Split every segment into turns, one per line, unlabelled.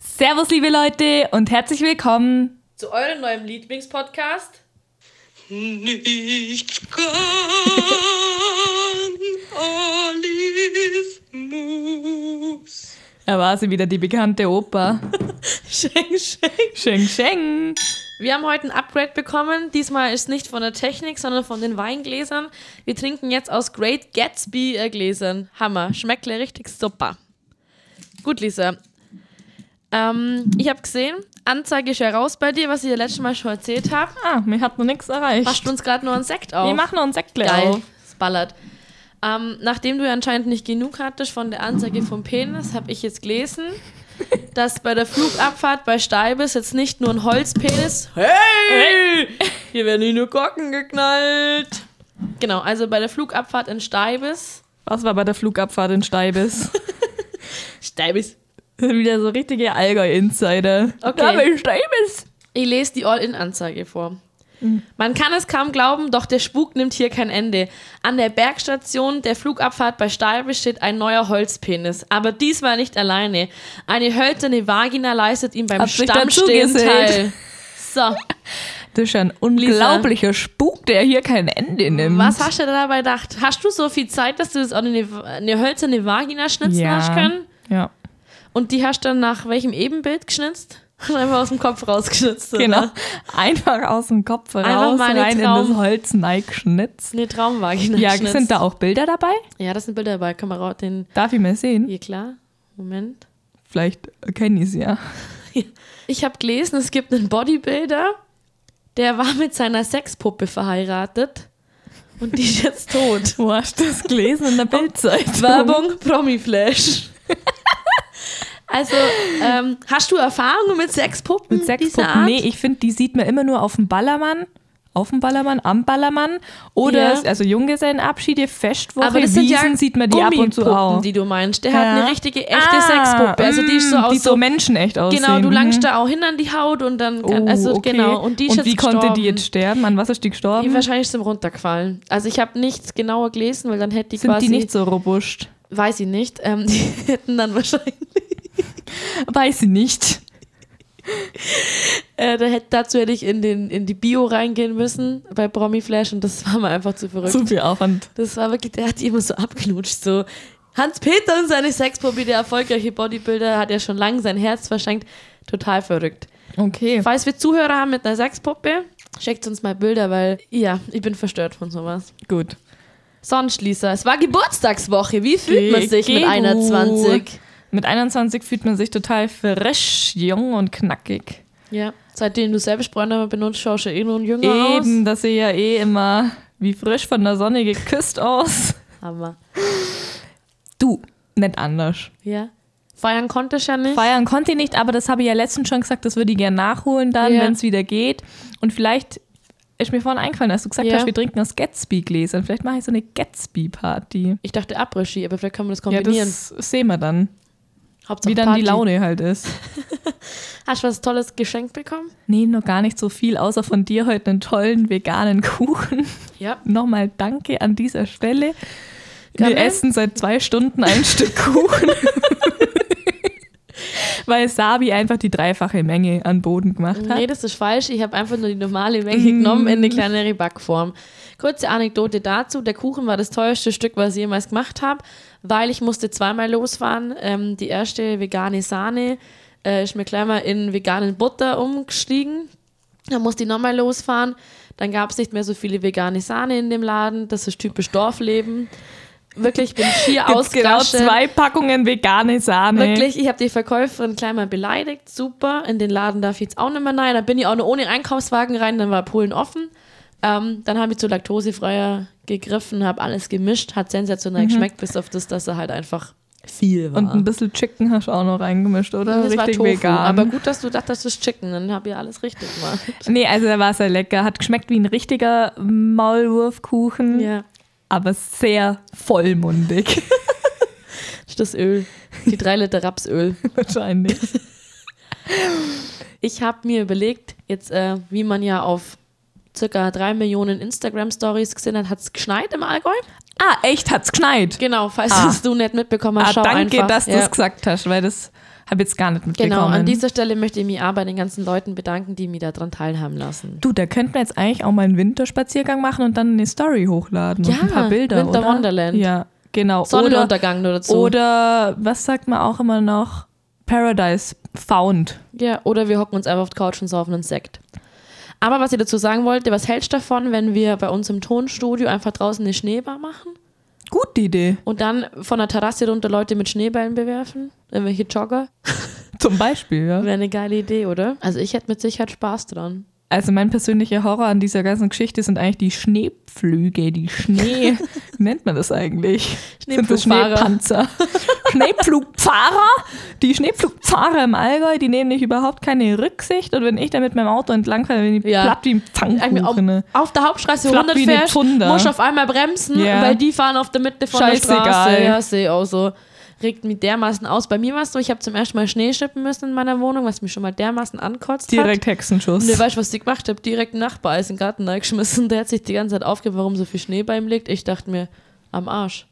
Servus, liebe Leute, und herzlich willkommen.
zu eurem neuen Lieblingspodcast.
Nicht kann alles muss.
Da war sie wieder, die bekannte Oper.
Scheng, scheng.
Scheng, Scheng.
Wir haben heute ein Upgrade bekommen. Diesmal ist nicht von der Technik, sondern von den Weingläsern. Wir trinken jetzt aus Great Gatsby äh, Gläsern. Hammer. Schmeckt richtig super. Gut, Lisa. Ähm, ich habe gesehen, Anzeige ist heraus bei dir, was ich dir letztes Mal schon erzählt habe.
Ah, mir hat noch nichts erreicht.
Passt uns gerade nur ein Sekt auf.
Wir machen noch einen Sekt gleich
Geil.
auf.
Es ballert. Ähm, nachdem du ja anscheinend nicht genug hattest von der Anzeige vom Penis, habe ich jetzt gelesen, dass bei der Flugabfahrt bei Steibes jetzt nicht nur ein Holzpenis. Hey! Hier werden nicht nur Glocken geknallt. Genau, also bei der Flugabfahrt in Steibes.
Was war bei der Flugabfahrt in Steibis?
Steibes.
wieder so richtige Allgäu-Insider.
Okay.
Da bin Steibis.
Ich lese die All-In-Anzeige vor.
Mhm.
Man kann es kaum glauben, doch der Spuk nimmt hier kein Ende. An der Bergstation der Flugabfahrt bei Stahlbe steht ein neuer Holzpenis, aber diesmal nicht alleine. Eine hölzerne Vagina leistet ihm beim
Hat sich dazu
Stammstehen
gesehen.
teil. So,
Das ist ja ein unglaublicher Spuk, der hier kein Ende nimmt.
was hast du dabei gedacht? Hast du so viel Zeit, dass du das auch in eine, eine hölzerne Vagina schnitzen
ja.
hast können?
Ja,
Und die hast du dann nach welchem Ebenbild geschnitzt? Und einfach aus dem Kopf rausgeschnitzt. oder?
genau. Einfach aus dem Kopf raus,
ne? mal in den
rein in
Traum.
das Holz geschnitzt.
Eine Traumvagina
Ja,
geschnitzt.
sind da auch Bilder dabei?
Ja, das sind Bilder dabei. Kann man ra- den
Darf ich mal sehen?
Ja, klar. Moment.
Vielleicht kenne ich es ja.
Ich habe gelesen, es gibt einen Bodybuilder, der war mit seiner Sexpuppe verheiratet und die ist jetzt tot.
Du hast das gelesen in der Bildzeitung.
Werbung, Promi-Flash. also, ähm, hast du Erfahrungen mit Sexpuppen?
Mit
Hm, dieser
Sexpuppen?
Art?
Nee, ich finde, die sieht man immer nur auf dem Ballermann. Auf dem Ballermann, am Ballermann. Oder,
Ja.
es- also Junggesellenabschiede, Festwoche,
Aber das sind
Wiesen
ja
sieht man die ab und zu
Gummipuppen,
auch.
die du meinst. Der hat
Ja. Ah,
eine richtige, echte Sexpuppe. Also die ist so
mm,
aus
Die so
so...
menschenecht aussehen.
Genau, du
mhm.
langst da auch hin an die Haut und dann...
Oh,
also
okay.
genau, und die ist jetzt
wie konnte
gestorben.
die jetzt sterben? An was ist die
Die
gestorben?
wahrscheinlich sind runtergefallen. Also ich habe nichts genauer gelesen, weil dann hätte die
Sind
quasi...
die nicht so robust?
Weiß ich nicht. Ähm, die hätten dann wahrscheinlich...
Weiß ich nicht.
Äh, da hätte, dazu hätte ich in, den, in die Bio reingehen müssen bei Promiflash und das war mir einfach zu verrückt.
Zu viel Aufwand.
Das war wirklich... Der hat die immer so abknutscht, so... Hans-Peter und seine Sexpuppe, der erfolgreiche Bodybuilder, hat ja schon lange sein Herz verschenkt. Total verrückt.
Okay.
Falls wir Zuhörer haben mit einer Sexpuppe, schickt uns mal Bilder, weil ja, ich bin verstört von sowas.
Gut.
Sonst, Lisa, es war Geburtstagswoche. Wie fühlt man
Geh-
sich
geh
mit
du.
21?
Mit 21 fühlt man sich total frisch, jung und knackig.
Ja, seitdem du selbst Bräuner benutzt, schaust du eh nur ein Jünger aus.
Eben, das sehe ja eh immer wie frisch von der Sonne geküsst aus.
Hammer.
Du, nicht anders.
Ja. Feiern konnte ich ja nicht.
Feiern konnte ich nicht, aber das habe ich ja letztens schon gesagt, das würde ich gerne nachholen dann,
Ja.
wenn es wieder geht. Und vielleicht ist mir vorhin eingefallen, als du gesagt
Ja.
hast, wir trinken aus Gatsby-Gläsern. Vielleicht mache ich so eine Gatsby-Party.
ich dachte Abrisski, aber vielleicht kann man das
Ja,
kombinieren.
das sehen wir dann,
Hauptsache
wie dann
Party.
die Laune halt ist.
Hast du was Tolles geschenkt bekommen?
Nee, noch gar nicht so viel, außer von dir heute einen tollen veganen Kuchen.
Ja.
Nochmal danke an dieser Stelle. Wir
Gerne.
essen seit zwei Stunden ein Stück Kuchen. Weil Sabi einfach die dreifache Menge an Boden gemacht hat. Mhm.
Nee, das ist falsch. Ich habe einfach nur die normale Menge genommen in eine kleinere Backform. Kurze Anekdote dazu. Der Kuchen war das teuerste Stück, was ich jemals gemacht habe, weil ich musste zweimal losfahren. Ähm, die erste vegane Sahne äh, ist mir gleich mal in veganen Butter umgestiegen. Dann musste ich nochmal losfahren. Dann gab es nicht mehr so viele vegane Sahne in dem Laden. Das ist typisch Dorfleben. Wirklich, ich bin schier
Gibt's genau
ausgerastet.
zwei Packungen vegane Sahne.
Wirklich, ich habe die Verkäuferin klein mal beleidigt. Super, in den Laden darf ich jetzt auch nicht mehr rein. Da bin ich auch nur ohne Einkaufswagen rein, dann war Polen offen. Ähm, dann habe ich zu laktosefreier gegriffen, habe alles gemischt, hat sensationell geschmeckt, bis auf das, dass er halt einfach Mhm. viel war.
Und ein bisschen Chicken hast du auch noch reingemischt, oder?
das
Richtig
war Tofu,
vegan.
aber gut, dass du dachtest, das ist Chicken, dann habe ich alles richtig gemacht.
nee, also der war sehr lecker. Hat geschmeckt wie ein richtiger Maulwurfkuchen,
ja,
aber sehr vollmundig
ist das Öl, die drei Liter Rapsöl.
wahrscheinlich.
Ich habe mir überlegt, jetzt, äh, wie man ja auf circa drei Millionen Instagram-Stories gesehen hat, hat es geschneit im Allgäu.
Ah, echt, hat's geschneit.
Genau, falls
Ah.
das du nicht mitbekommen
Ah,
hast, schau
danke,
einfach.
dass du es
Ja.
gesagt hast, weil das habe ich jetzt gar nicht mitbekommen.
Genau, an dieser Stelle möchte ich mich auch bei den ganzen Leuten bedanken, die mich daran teilhaben lassen.
Du, da könnten wir jetzt eigentlich auch mal einen Winterspaziergang machen und dann eine Story hochladen
Ja,
und ein paar Bilder,
Winter
oder?
Wonderland.
Ja, genau. Oder,
Sonnenuntergang nur dazu.
oder was sagt man auch immer noch? Paradise Found.
ja, oder wir hocken uns einfach auf die Couch und saufen einen Sekt. Aber was ich dazu sagen wollte, was hältst du davon, wenn wir bei uns im Tonstudio einfach draußen eine Schneebar machen
Gute Idee.
und dann von der Terrasse runter Leute mit Schneebällen bewerfen? Irgendwelche Jogger?
Zum Beispiel, ja.
Wäre eine geile Idee, oder? Also ich hätte mit Sicherheit Spaß dran.
Also mein persönlicher Horror an dieser ganzen Geschichte sind eigentlich die Schneepflüge, die Schnee, wie nennt man das eigentlich? Sind das
Schneepflugfahrer.
Schneepanzer. Schneepflugfahrer? Die Schneepflugfahrer im Allgäu, die nehmen nicht überhaupt keine Rücksicht und wenn ich da mit meinem Auto entlangfahre, bin ich
Ja.
platt wie ein
auf,
Pfannkuchen. ne?
auf der Hauptstraße
Flach
100
wie eine
fährst,
Zunder.
musst auf einmal bremsen,
Ja.
weil die fahren auf der Mitte von
Scheißegal.
der Straße. Ja, sehe auch so. Regt mich dermaßen aus. Bei mir war es so, ich habe zum ersten Mal Schnee schippen müssen in meiner Wohnung, was mich schon mal dermaßen ankotzt hat.
Direkt Hexenschuss.
Ne, weißt du, was ich gemacht habe? Direkt einen Nachbar ist in den Garten reingeschmissen. Der hat sich die ganze Zeit aufgehört, warum so viel Schnee bei ihm liegt. Ich dachte mir, am Arsch.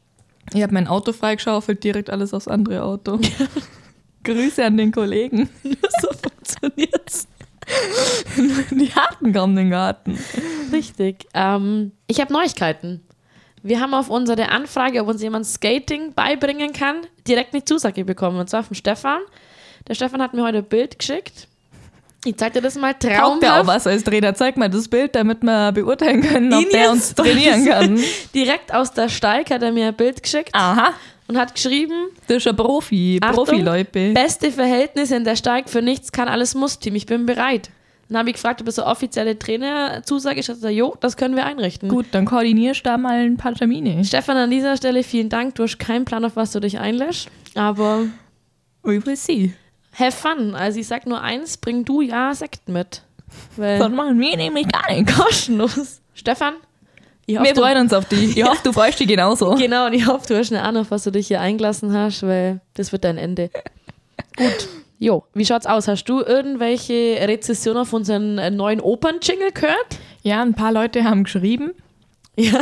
Ich habe mein Auto freigeschaufelt, direkt alles aufs andere Auto. Grüße an den Kollegen.
so funktioniert's.
Die Harten kommen in den Garten.
Richtig. Ähm, ich habe Neuigkeiten. Wir haben auf unsere Anfrage, ob uns jemand Skating beibringen kann, direkt eine Zusage bekommen. Und zwar vom Stefan. Der Stefan hat mir heute ein Bild geschickt. Ich zeig dir das mal
Taugt der auch
traumhaft.
was als Trainer? Zeig mal das Bild, damit wir beurteilen können, ob
Ihn
der
jetzt?
uns trainieren kann.
Direkt aus der Steig hat er mir ein Bild geschickt
Aha,
und hat geschrieben,
das ist ein Profi,
Achtung,
Profi-Leute.
beste Verhältnisse in der Steig für nichts kann alles muss, Team. Ich bin bereit. Dann habe ich gefragt, ob es eine offizielle Trainerzusage ist. Hat er gesagt, jo, das können wir einrichten.
Gut, dann koordinierst du da mal ein paar Termine.
Stefan, an dieser Stelle vielen Dank. Du hast keinen Plan, auf was du dich einlässt. Aber
We will see.
have fun. Also ich sag nur eins, bring du ja Sekt mit.
Das
Weil
machen wir nämlich gar nicht.
kostenlos. Stefan, ich hoffe,
Wir
du,
freuen uns auf dich. Ich hoffe, du freust dich genauso.
genau, und ich hoffe, du hast eine Ahnung, auf was du dich hier eingelassen hast, weil das wird dein Ende. Gut. Jo, wie schaut's aus? Hast du irgendwelche Rezession auf unseren äh, neuen Opern-Jingle gehört?
Ja, ein paar Leute haben geschrieben,
Ja.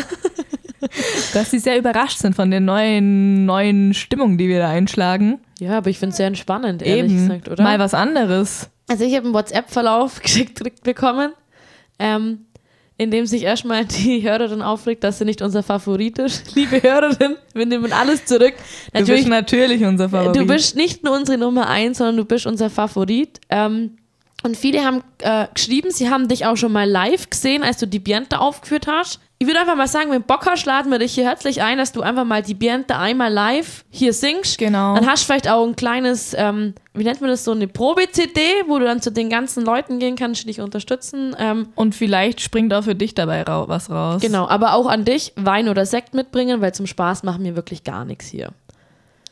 dass sie sehr überrascht sind von der neuen, neuen Stimmung, die wir da einschlagen.
Ja, aber ich finde es sehr entspannend, ehrlich gesagt, oder?
Mal was anderes.
Also ich habe einen WhatsApp-Verlauf geschickt bekommen, ähm, in dem sich erstmal die Hörerin aufregt, dass sie nicht unser Favorit ist. Liebe Hörerin, wir nehmen alles
Du
zurück.
bist
Natürlich,
natürlich unser Favorit.
du bist nicht nur unsere Nummer eins, sondern du bist unser Favorit. Ähm, und viele haben äh, geschrieben, sie haben dich auch schon mal live gesehen, als du die Biente aufgeführt hast. Ich würde einfach mal sagen, wenn du Bock hast, laden wir dich hier herzlich ein, dass du einfach mal die Biente einmal live hier singst.
Genau.
Dann hast du vielleicht auch ein kleines, ähm, wie nennt man das, so eine Probe-CD, wo du dann zu den ganzen Leuten gehen kannst, die dich unterstützen. Ähm,
Und vielleicht springt auch für dich dabei rau was raus.
genau, aber auch an dich Wein oder Sekt mitbringen, weil zum Spaß machen wir wirklich gar nichts hier.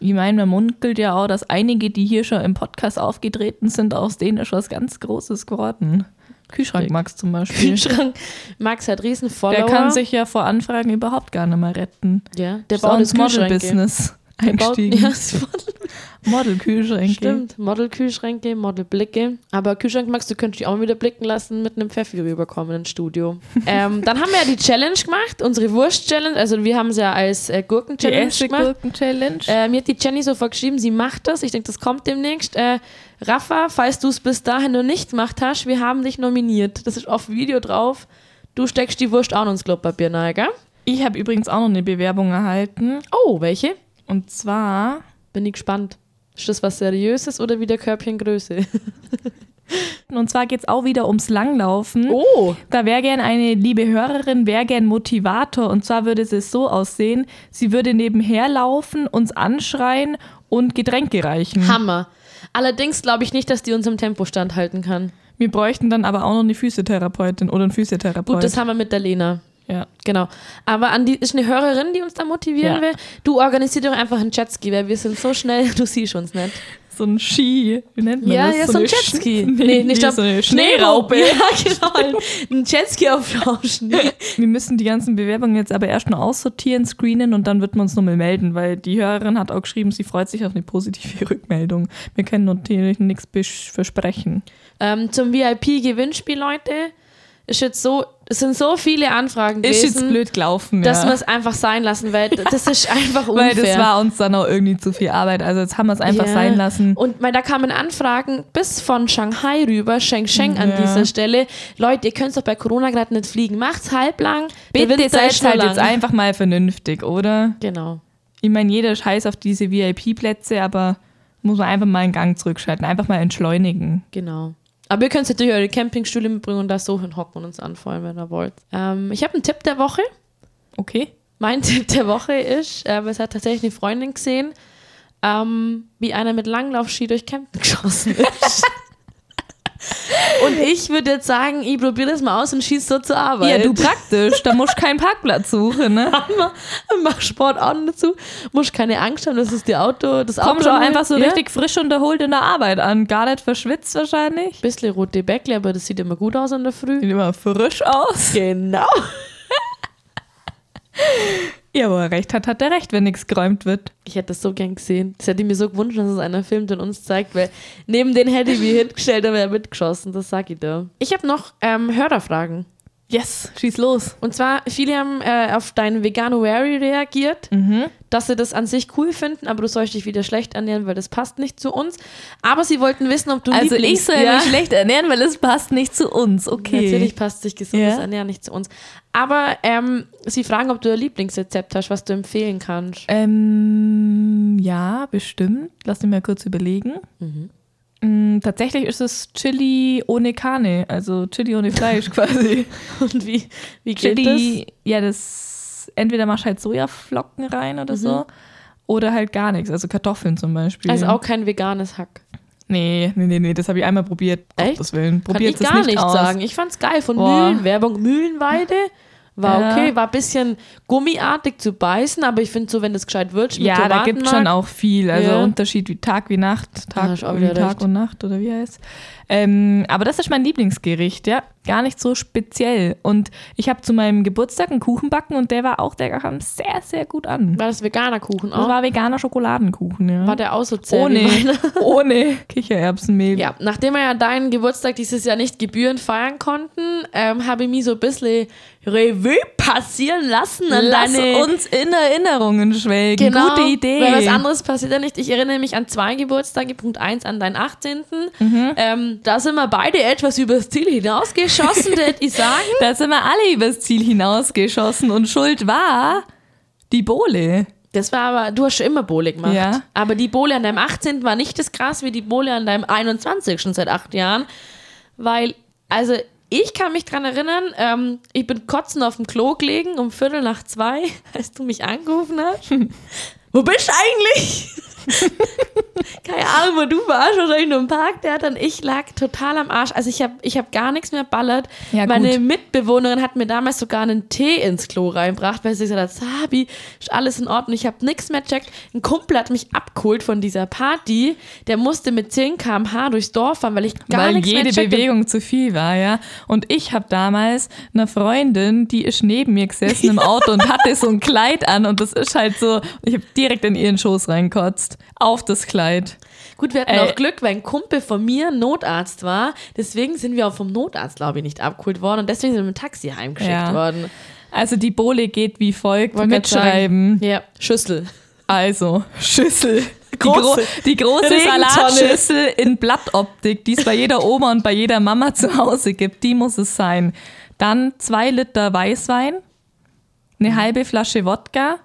Ich meine, man munkelt ja auch, dass einige, die hier schon im Podcast aufgetreten sind, aus denen ist was ganz Großes geworden. Kühlschrank Max zum Beispiel.
Kühlschrank. Max hat riesen
Der
Follower.
kann sich ja vor Anfragen überhaupt gar nicht mehr retten.
ja, der
Ist auch
baut das
ins
Model-Business.
Model-Business
Baut,
eingestiegen.
ja, das Model-
Model-Kühlschränke.
stimmt. Model-Kühlschränke, Model-Blicke. Aber Kühlschrank, Max, du könntest dich auch mal wieder blicken lassen mit einem Pfeffi rüberkommen ins Studio. ähm, dann haben wir ja die Challenge gemacht, unsere Wurst-Challenge. Also wir haben sie ja als äh,
Die
Gurken-Challenge gemacht.
Essiggurken-Challenge.
Äh, mir hat die Jenny sofort geschrieben, sie macht das. Ich denke, das kommt demnächst. Äh, Rafa, falls du es bis dahin noch nicht gemacht hast, wir haben dich nominiert. Das ist auf Video drauf. Du steckst die Wurst auch noch ins Klopapier nahe, gell?
Ich habe übrigens auch noch eine Bewerbung erhalten.
Oh, welche?
Und zwar
Bin ich gespannt. Ist das was Seriöses oder wieder Körbchengröße?
Und zwar geht es auch wieder ums Langlaufen.
Oh!
Da wäre gern eine liebe Hörerin, wäre gern Motivator. Und zwar würde es so aussehen: Sie würde nebenher laufen, uns anschreien und Getränke reichen.
Hammer. Allerdings glaube ich nicht, dass die uns im Tempo standhalten kann.
Wir bräuchten dann aber auch noch eine Physiotherapeutin oder einen Physiotherapeut.
Gut, das haben wir mit der Lena.
ja.
Genau. Aber an die ist eine Hörerin, die uns da motivieren
Ja.
will. Du organisier doch einfach einen Jetski, weil wir sind so schnell, du siehst uns nicht.
So ein Ski, wie nennt man
Ja,
das?
ja, so, ein Jetski.
Sch- Nee, nee,
nicht
so eine Schneeraupe.
Ja, genau. Ein Jetski auf auf Schnee.
Wir müssen die ganzen Bewerbungen jetzt aber erst noch aussortieren, screenen und dann wird man uns nochmal melden, weil die Hörerin hat auch geschrieben, sie freut sich auf eine positive Rückmeldung. Wir können natürlich nichts besch- versprechen.
Ähm, zum VIP-Gewinnspiel, Leute, ist jetzt so, Es sind so viele Anfragen
Ist jetzt
gewesen,
blöd gelaufen,
dass wir
ja.
es einfach sein lassen, weil das ist einfach unfair.
Weil das war uns dann auch irgendwie zu viel Arbeit. Also jetzt haben wir es einfach
Ja.
sein lassen.
Und weil da kamen Anfragen bis von Shanghai rüber, Sheng Sheng an
Ja.
dieser Stelle. Leute, ihr könnt doch bei Corona gerade nicht fliegen. Macht's halblang. Der
Bitte
Winter
seid
ist noch
halt
lang.
jetzt einfach mal vernünftig, oder?
Genau.
Ich meine, jeder scheiß auf diese VIP-Plätze, aber muss man einfach mal einen Gang zurückschalten, einfach mal entschleunigen.
Genau. Aber ihr könnt natürlich eure Campingstühle mitbringen und da so hinhocken und uns anfallen, wenn ihr wollt. Ähm, ich habe einen Tipp der Woche.
Okay?
Mein Tipp der Woche ist, äh, es hat tatsächlich eine Freundin gesehen, ähm, wie einer mit Langlaufski durch Campen geschossen ist. und ich würde jetzt sagen, ich probiere das mal aus und schieß so zur Arbeit.
Ja, du praktisch, da musst du keinen Parkplatz suchen, ne?
mach Sport an dazu, musst keine Angst haben, das ist die Auto, das Auto
Kommst auch einfach so
ja.
richtig frisch und erholt in der Arbeit an. Gar nicht verschwitzt wahrscheinlich.
Bisschen rote Bäckle, aber das sieht immer gut aus in der Früh.
Sieht immer frisch aus.
Genau.
Ja, wo er recht hat, hat er recht, wenn nichts geräumt wird.
Ich hätte das so gern gesehen. Das hätte ich mir so gewünscht, dass es einer filmt und uns zeigt, weil neben den hätte ich mich hingestellt und wäre mitgeschossen, das sag ich dir. Ich habe noch ähm, Hörerfragen.
Yes, schieß los.
Und zwar, viele haben äh, auf dein Veganuary reagiert, dass sie das an sich cool finden, aber du sollst dich wieder schlecht ernähren, weil das passt nicht zu uns. Aber sie wollten wissen, ob du
Also
Lieblings
ich soll
Ja.
mich schlecht ernähren, weil es passt nicht zu uns. Okay.
Natürlich passt sich gesundes
Ja.
Ernähren nicht zu uns. Aber ähm, sie fragen, ob du ein Lieblingsrezept hast, was du empfehlen kannst.
Ähm, ja, bestimmt. Lass mich mal kurz überlegen.
Mhm.
Mm, tatsächlich ist es Chili ohne Karne, also Chili ohne Fleisch quasi.
Und wie, wie geht
Chili, ja, das entweder machst halt Sojaflocken rein oder so. Oder halt gar nichts, also Kartoffeln zum Beispiel.
das? Mhm. Also auch kein veganes Hack.
nee, nee, nee, nee, das habe ich einmal probiert.
Echt?
Gottes Willen. Probiert
Kann ich
es
gar
nicht
nichts
aus.
sagen. Ich fand's geil. Von
Boah.
Mühlenwerbung, Mühlenweide. War
Ja.
okay, war ein bisschen gummiartig zu beißen, aber ich finde so, wenn das gescheit wird, mit
Ja, da gibt
gibt's
es schon auch viel. Also
Ja.
Unterschied wie Tag wie Nacht,
Da
Tag,
hast du auch
wie
wieder
Tag
recht.
und Nacht oder wie heißt ähm, Aber das ist mein Lieblingsgericht, ja. Gar nicht so speziell. Und ich habe zu meinem Geburtstag einen Kuchen backen und der war auch, der kam sehr, sehr gut an.
War das veganer Kuchen
Das
auch?
war veganer Schokoladenkuchen, ja.
Oh. War der auch so zäh wie
ohne,
meiner?
ohne Kichererbsenmehl.
Ja, nachdem wir ja deinen Geburtstag dieses Jahr nicht gebührend feiern konnten, ähm, habe ich mich so ein bisschen Revue passieren lassen an
Lass
deine...
uns in Erinnerungen schwelgen. Gute Idee.
Weil Genau, was anderes passiert ja nicht. Ich erinnere mich an zwei Geburtstage, Punkt 1 an deinen 18. Ähm, da sind wir beide etwas übers Ziel hinausgeschossen, würde ich sagen.
da sind wir alle übers Ziel hinausgeschossen und schuld war die Bohle.
Das war aber, du hast schon immer Bowle gemacht.
Ja.
Aber die Bowle an deinem 18. war nicht das krass wie die Bowle an deinem 21. schon seit acht Jahren. Weil, also ich kann mich dran erinnern, ähm, ich bin kotzen auf dem Klo gelegen um Viertel nach zwei, als du mich angerufen hast. wo bist du eigentlich? Keine Ahnung, wo du warst, wahrscheinlich nur im Park. Der hat dann, ich lag total am Arsch. Also ich habe ich hab gar nichts mehr ballert.
Ja,
Meine
gut.
Mitbewohnerin hat mir damals sogar einen Tee ins Klo reinbracht, weil sie gesagt hat, Sabi, ist alles in Ordnung, ich habe nichts mehr checkt. Ein Kumpel hat mich abgeholt von dieser Party, der musste mit 10 km/h durchs Dorf fahren, weil ich gar
weil
nichts
jede
mehr checkte.
Bewegung zu viel war, ja. Und ich habe damals eine Freundin, die ist neben mir gesessen im Auto und hatte so ein Kleid an und das ist halt so, ich habe direkt in ihren Schoß reinkotzt, auf das Kleid.
Gut, wir hatten
Äh.
auch Glück, weil ein Kumpel von mir Notarzt war, deswegen sind wir auch vom Notarzt, glaube ich, nicht abgeholt worden und deswegen sind wir mit dem Taxi heimgeschickt
Ja.
worden.
Also die Bohle geht wie folgt,
Wollt grad
mitschreiben.
sagen. Ja, Schüssel.
Also Schüssel. Die, gro
Große.
die große
Regentonne.
Salatschüssel in Blattoptik, die es bei jeder Oma und bei jeder Mama zu Hause gibt, die muss es sein. Dann zwei Liter Weißwein, eine halbe Flasche Wodka,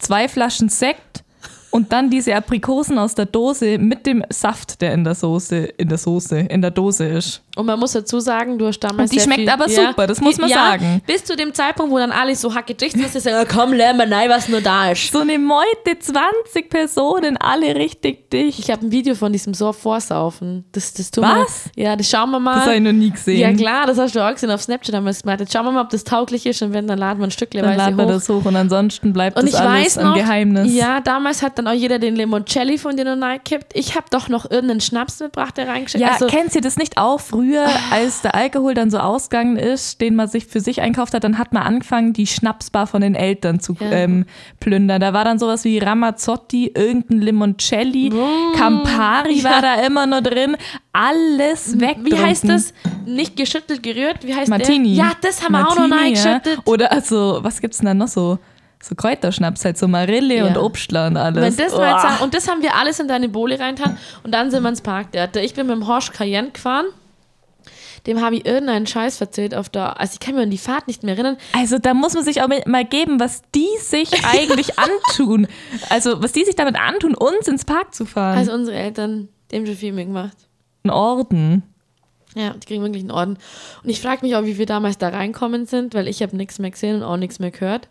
zwei Flaschen Sekt und dann diese Aprikosen aus der Dose mit dem Saft, der in der Soße, in der Soße, in der Dose ist.
Und man muss dazu sagen, du hast damals.
Und die
sehr
schmeckt
viel,
aber super, das muss man
ja,
sagen.
Bis zu dem Zeitpunkt, wo dann alle so hackedicht sind, dass sie sagen, "Ja, komm, lern mal nein, was nur da ist.
So eine Meute, 20 Personen, alle richtig dicht.
Ich habe ein Video von diesem so vorsaufen. Das, das tun
Was?
Wir, ja, das schauen wir mal.
Das habe ich noch nie gesehen.
ja klar, das hast du auch gesehen auf Snapchat, haben wir es gemacht. Jetzt schauen wir mal, ob das tauglich ist und wenn, dann laden wir ein Stückchen
Dann laden wir
hoch.
das hoch und ansonsten bleibt
Und
das
ich
alles
weiß
ein
noch,
Geheimnis.
ja, damals hat dann auch jeder den Limoncelli von dir noch reingekippt. Ich habe doch noch irgendeinen Schnaps mitgebracht, der reingeschickt
Ja,
also,
kennst du das nicht auch? Früher, als der Alkohol dann so ausgegangen ist, den man sich für sich einkauft hat, dann hat man angefangen, die Schnapsbar von den Eltern zu ähm, plündern. Da war dann sowas wie Ramazzotti, irgendein
Oh.
Limoncelli, Campari war da immer nur drin. Alles weg.
Wie heißt das? nicht geschüttelt gerührt. Wie heißt
Martini.
der? Ja, das haben wir auch noch
Martini,
reingeschüttet.
Ja. Oder also, was gibt's denn da noch so? So Kräuterschnaps, halt so Marille
Ja.
und Obstler und alles.
Wenn das
Uah.
mal sagen, und das haben wir alles in deine Bowle reintan und dann sind wir ins Parktheater. Ich bin mit dem Horsch Cayenne gefahren. Dem habe ich irgendeinen Scheiß verzählt auf der. Also ich kann mir an die Fahrt nicht mehr erinnern.
Also da muss man sich auch mit- mal geben, was die sich eigentlich antun. Also was die sich damit antun, uns ins Park zu fahren. Also
Also unsere Eltern, die haben schon viel mitgemacht.
in Orden.
Ja, die kriegen wirklich einen Orden. Und ich frage mich auch, wie wir damals da reinkommen sind, weil ich habe nichts mehr gesehen und auch nichts mehr gehört.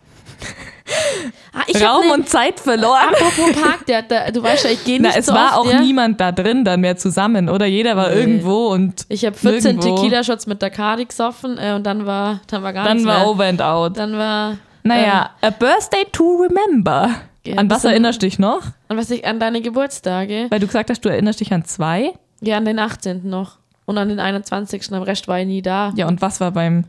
Ah, ich hab
Raum
ne-
und Zeit verloren.
Apropos Parktheater, du weißt ja, ich gehe nicht
Na, es
so
war
oft,
auch
ja.
niemand da drin dann mehr zusammen, oder? Jeder war
Nee.
irgendwo und
Ich habe 14
Nirgendwo.
Tequila-Shots mit Dakari gesoffen äh, und dann war, dann war gar
dann
nichts
war
mehr.
over and out.
Dann war. ne? ähm,
Naja, a birthday to remember.
Ja,
an
das
was
sind-
erinnerst du dich noch?
Und was ich an deine Geburtstage?
Weil du gesagt hast, du erinnerst dich an zwei.
Ja, an den 18. noch. Und an den 21. Am Rest war ich nie da.
Ja, und was war beim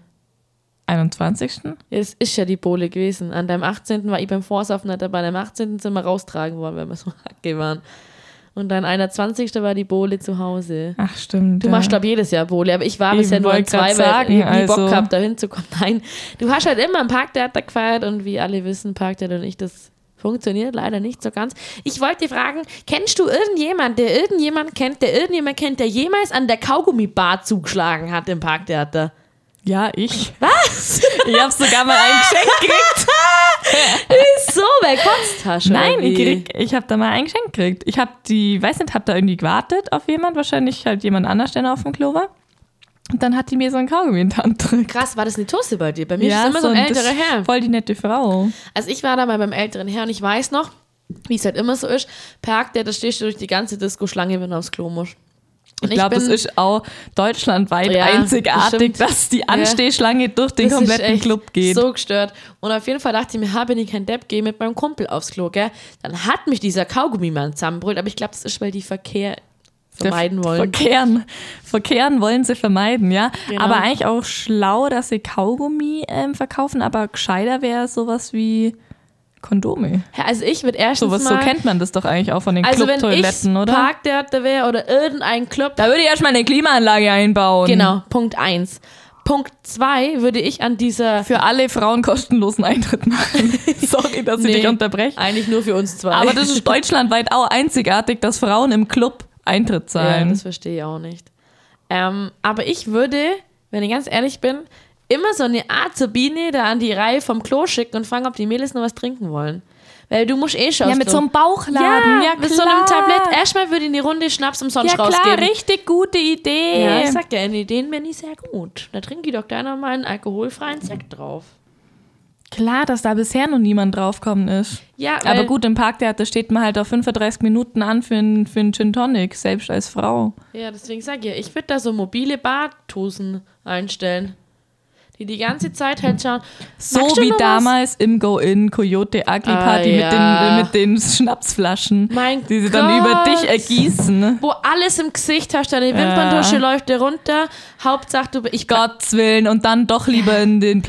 21.?
Es ist ja die Bohle gewesen. An deinem 18. war ich beim Vorsaffen, hat dabei am 18. sind wir raustragen worden, weil wir so hacke waren. Und dann 21. war die Bohle zu Hause.
Ach, stimmt.
Du
ja.
machst, glaube ich, jedes Jahr Bohle, aber ich war
Ich
bisher nur an
wollt grad
zwei, weil
sagen,
ich nie Bock
also-
gehabt, da hinzukommen. Nein, du hast halt immer im Parktheater gefeiert und wie alle wissen, Parktheater und ich, das funktioniert leider nicht so ganz. Ich wollte dir fragen, kennst du irgendjemand, der irgendjemand kennt, der irgendjemand kennt, der jemals an der Kaugummi-Bar zugeschlagen hat im Parktheater?
Ja, ich.
Was?
Ich habe sogar mal ein Geschenk gekriegt.
so, weil kotzt hast du,
Nein,
oder wie?
ich, krieg, ich habe da mal ein Geschenk gekriegt. Ich habe die, weiß nicht, habe da irgendwie gewartet auf jemand, wahrscheinlich halt jemand anders, der noch auf dem Klo war. Und dann hat die mir so ein Kaugummi in die Hand gedrückt.
Krass, war das eine Tusse bei dir? Bei mir ist immer so ein
das
älterer Herr.
Voll die nette Frau.
Also ich war da mal beim älteren Herr und ich weiß noch, wie es halt immer so ist, Park, der da stehst du durch die ganze Disco-Schlange, wenn du aufs Klo musst. Und
Ich glaube,
bin-
das ist auch deutschlandweit
Ja,
einzigartig,
bestimmt.
dass die Anstehschlange durch den
das ist
kompletten
echt
Club geht.
so gestört. Und auf jeden Fall dachte ich mir, ha, bin ich kein Depp, gehe mit meinem Kumpel aufs Klo, gell? Dann hat mich dieser Kaugummimann zusammenbrüllt, aber ich glaube, das ist, weil die Verkehr vermeiden
Ver-
wollen.
Verkehren. Verkehren wollen sie vermeiden, ja.
Genau.
Aber eigentlich auch schlau, dass sie Kaugummi ähm, verkaufen, aber gescheiter wäre sowas wie Kondome.
Ja, Also ich würde erstens
Sowas, so
mal...
kennt man das doch eigentlich auch von den
also wenn ich
Clubtoiletten, oder?
Park, der da wäre oder irgendein Club,
Da mhm. würde ich erstmal eine Klimaanlage einbauen.
Genau, Punkt 1. Punkt 2 würde ich an dieser.
Für alle Frauen kostenlosen Eintritt machen. Sorry, dass ich dich unterbreche.
Eigentlich nur für uns zwei.
Aber das ist deutschlandweit auch einzigartig, dass Frauen im Club Eintritt
ja,
zahlen.
das verstehe ich auch nicht. Ähm, aber ich würde, wenn ich ganz ehrlich bin, immer so eine Azubine da an die Reihe vom Klo schicken und fragen, ob die Mädels noch was trinken wollen. Weil du musst eh schon. aufs Klo.
Bauchladen.
ja, mit so einem Tablett. Erstmal würde ich eine Runde Schnaps umsonst
Ja, klar,
rausgeben.
richtig gute Idee.
Ja, ich sag ja, in Ideen bin ich sehr gut. Da trinke ich doch gerne mal einen alkoholfreien Sekt drauf.
Klar, dass da bisher noch niemand draufgekommen ist.
Ja, weil,
Aber gut, im Parktheater steht man halt auf 35 Minuten an für einen, für einen Gin Tonic, selbst als Frau.
Ja, deswegen sag ich, ja, ich würde da so mobile Bartusen einstellen, die die ganze Zeit halt schauen.
So
"Magst du
wie
noch was?"
damals im Go-In Coyote Ugly
Ah,
Party
ja.
mit, den, mit den Schnapsflaschen,
Mein
die sie dann über
Gott.
dich ergießen.
Wo alles im Gesicht hast, deine Wimperntusche läuft dir runter. Hauptsache, du ich
Gott's Willen und dann doch lieber in den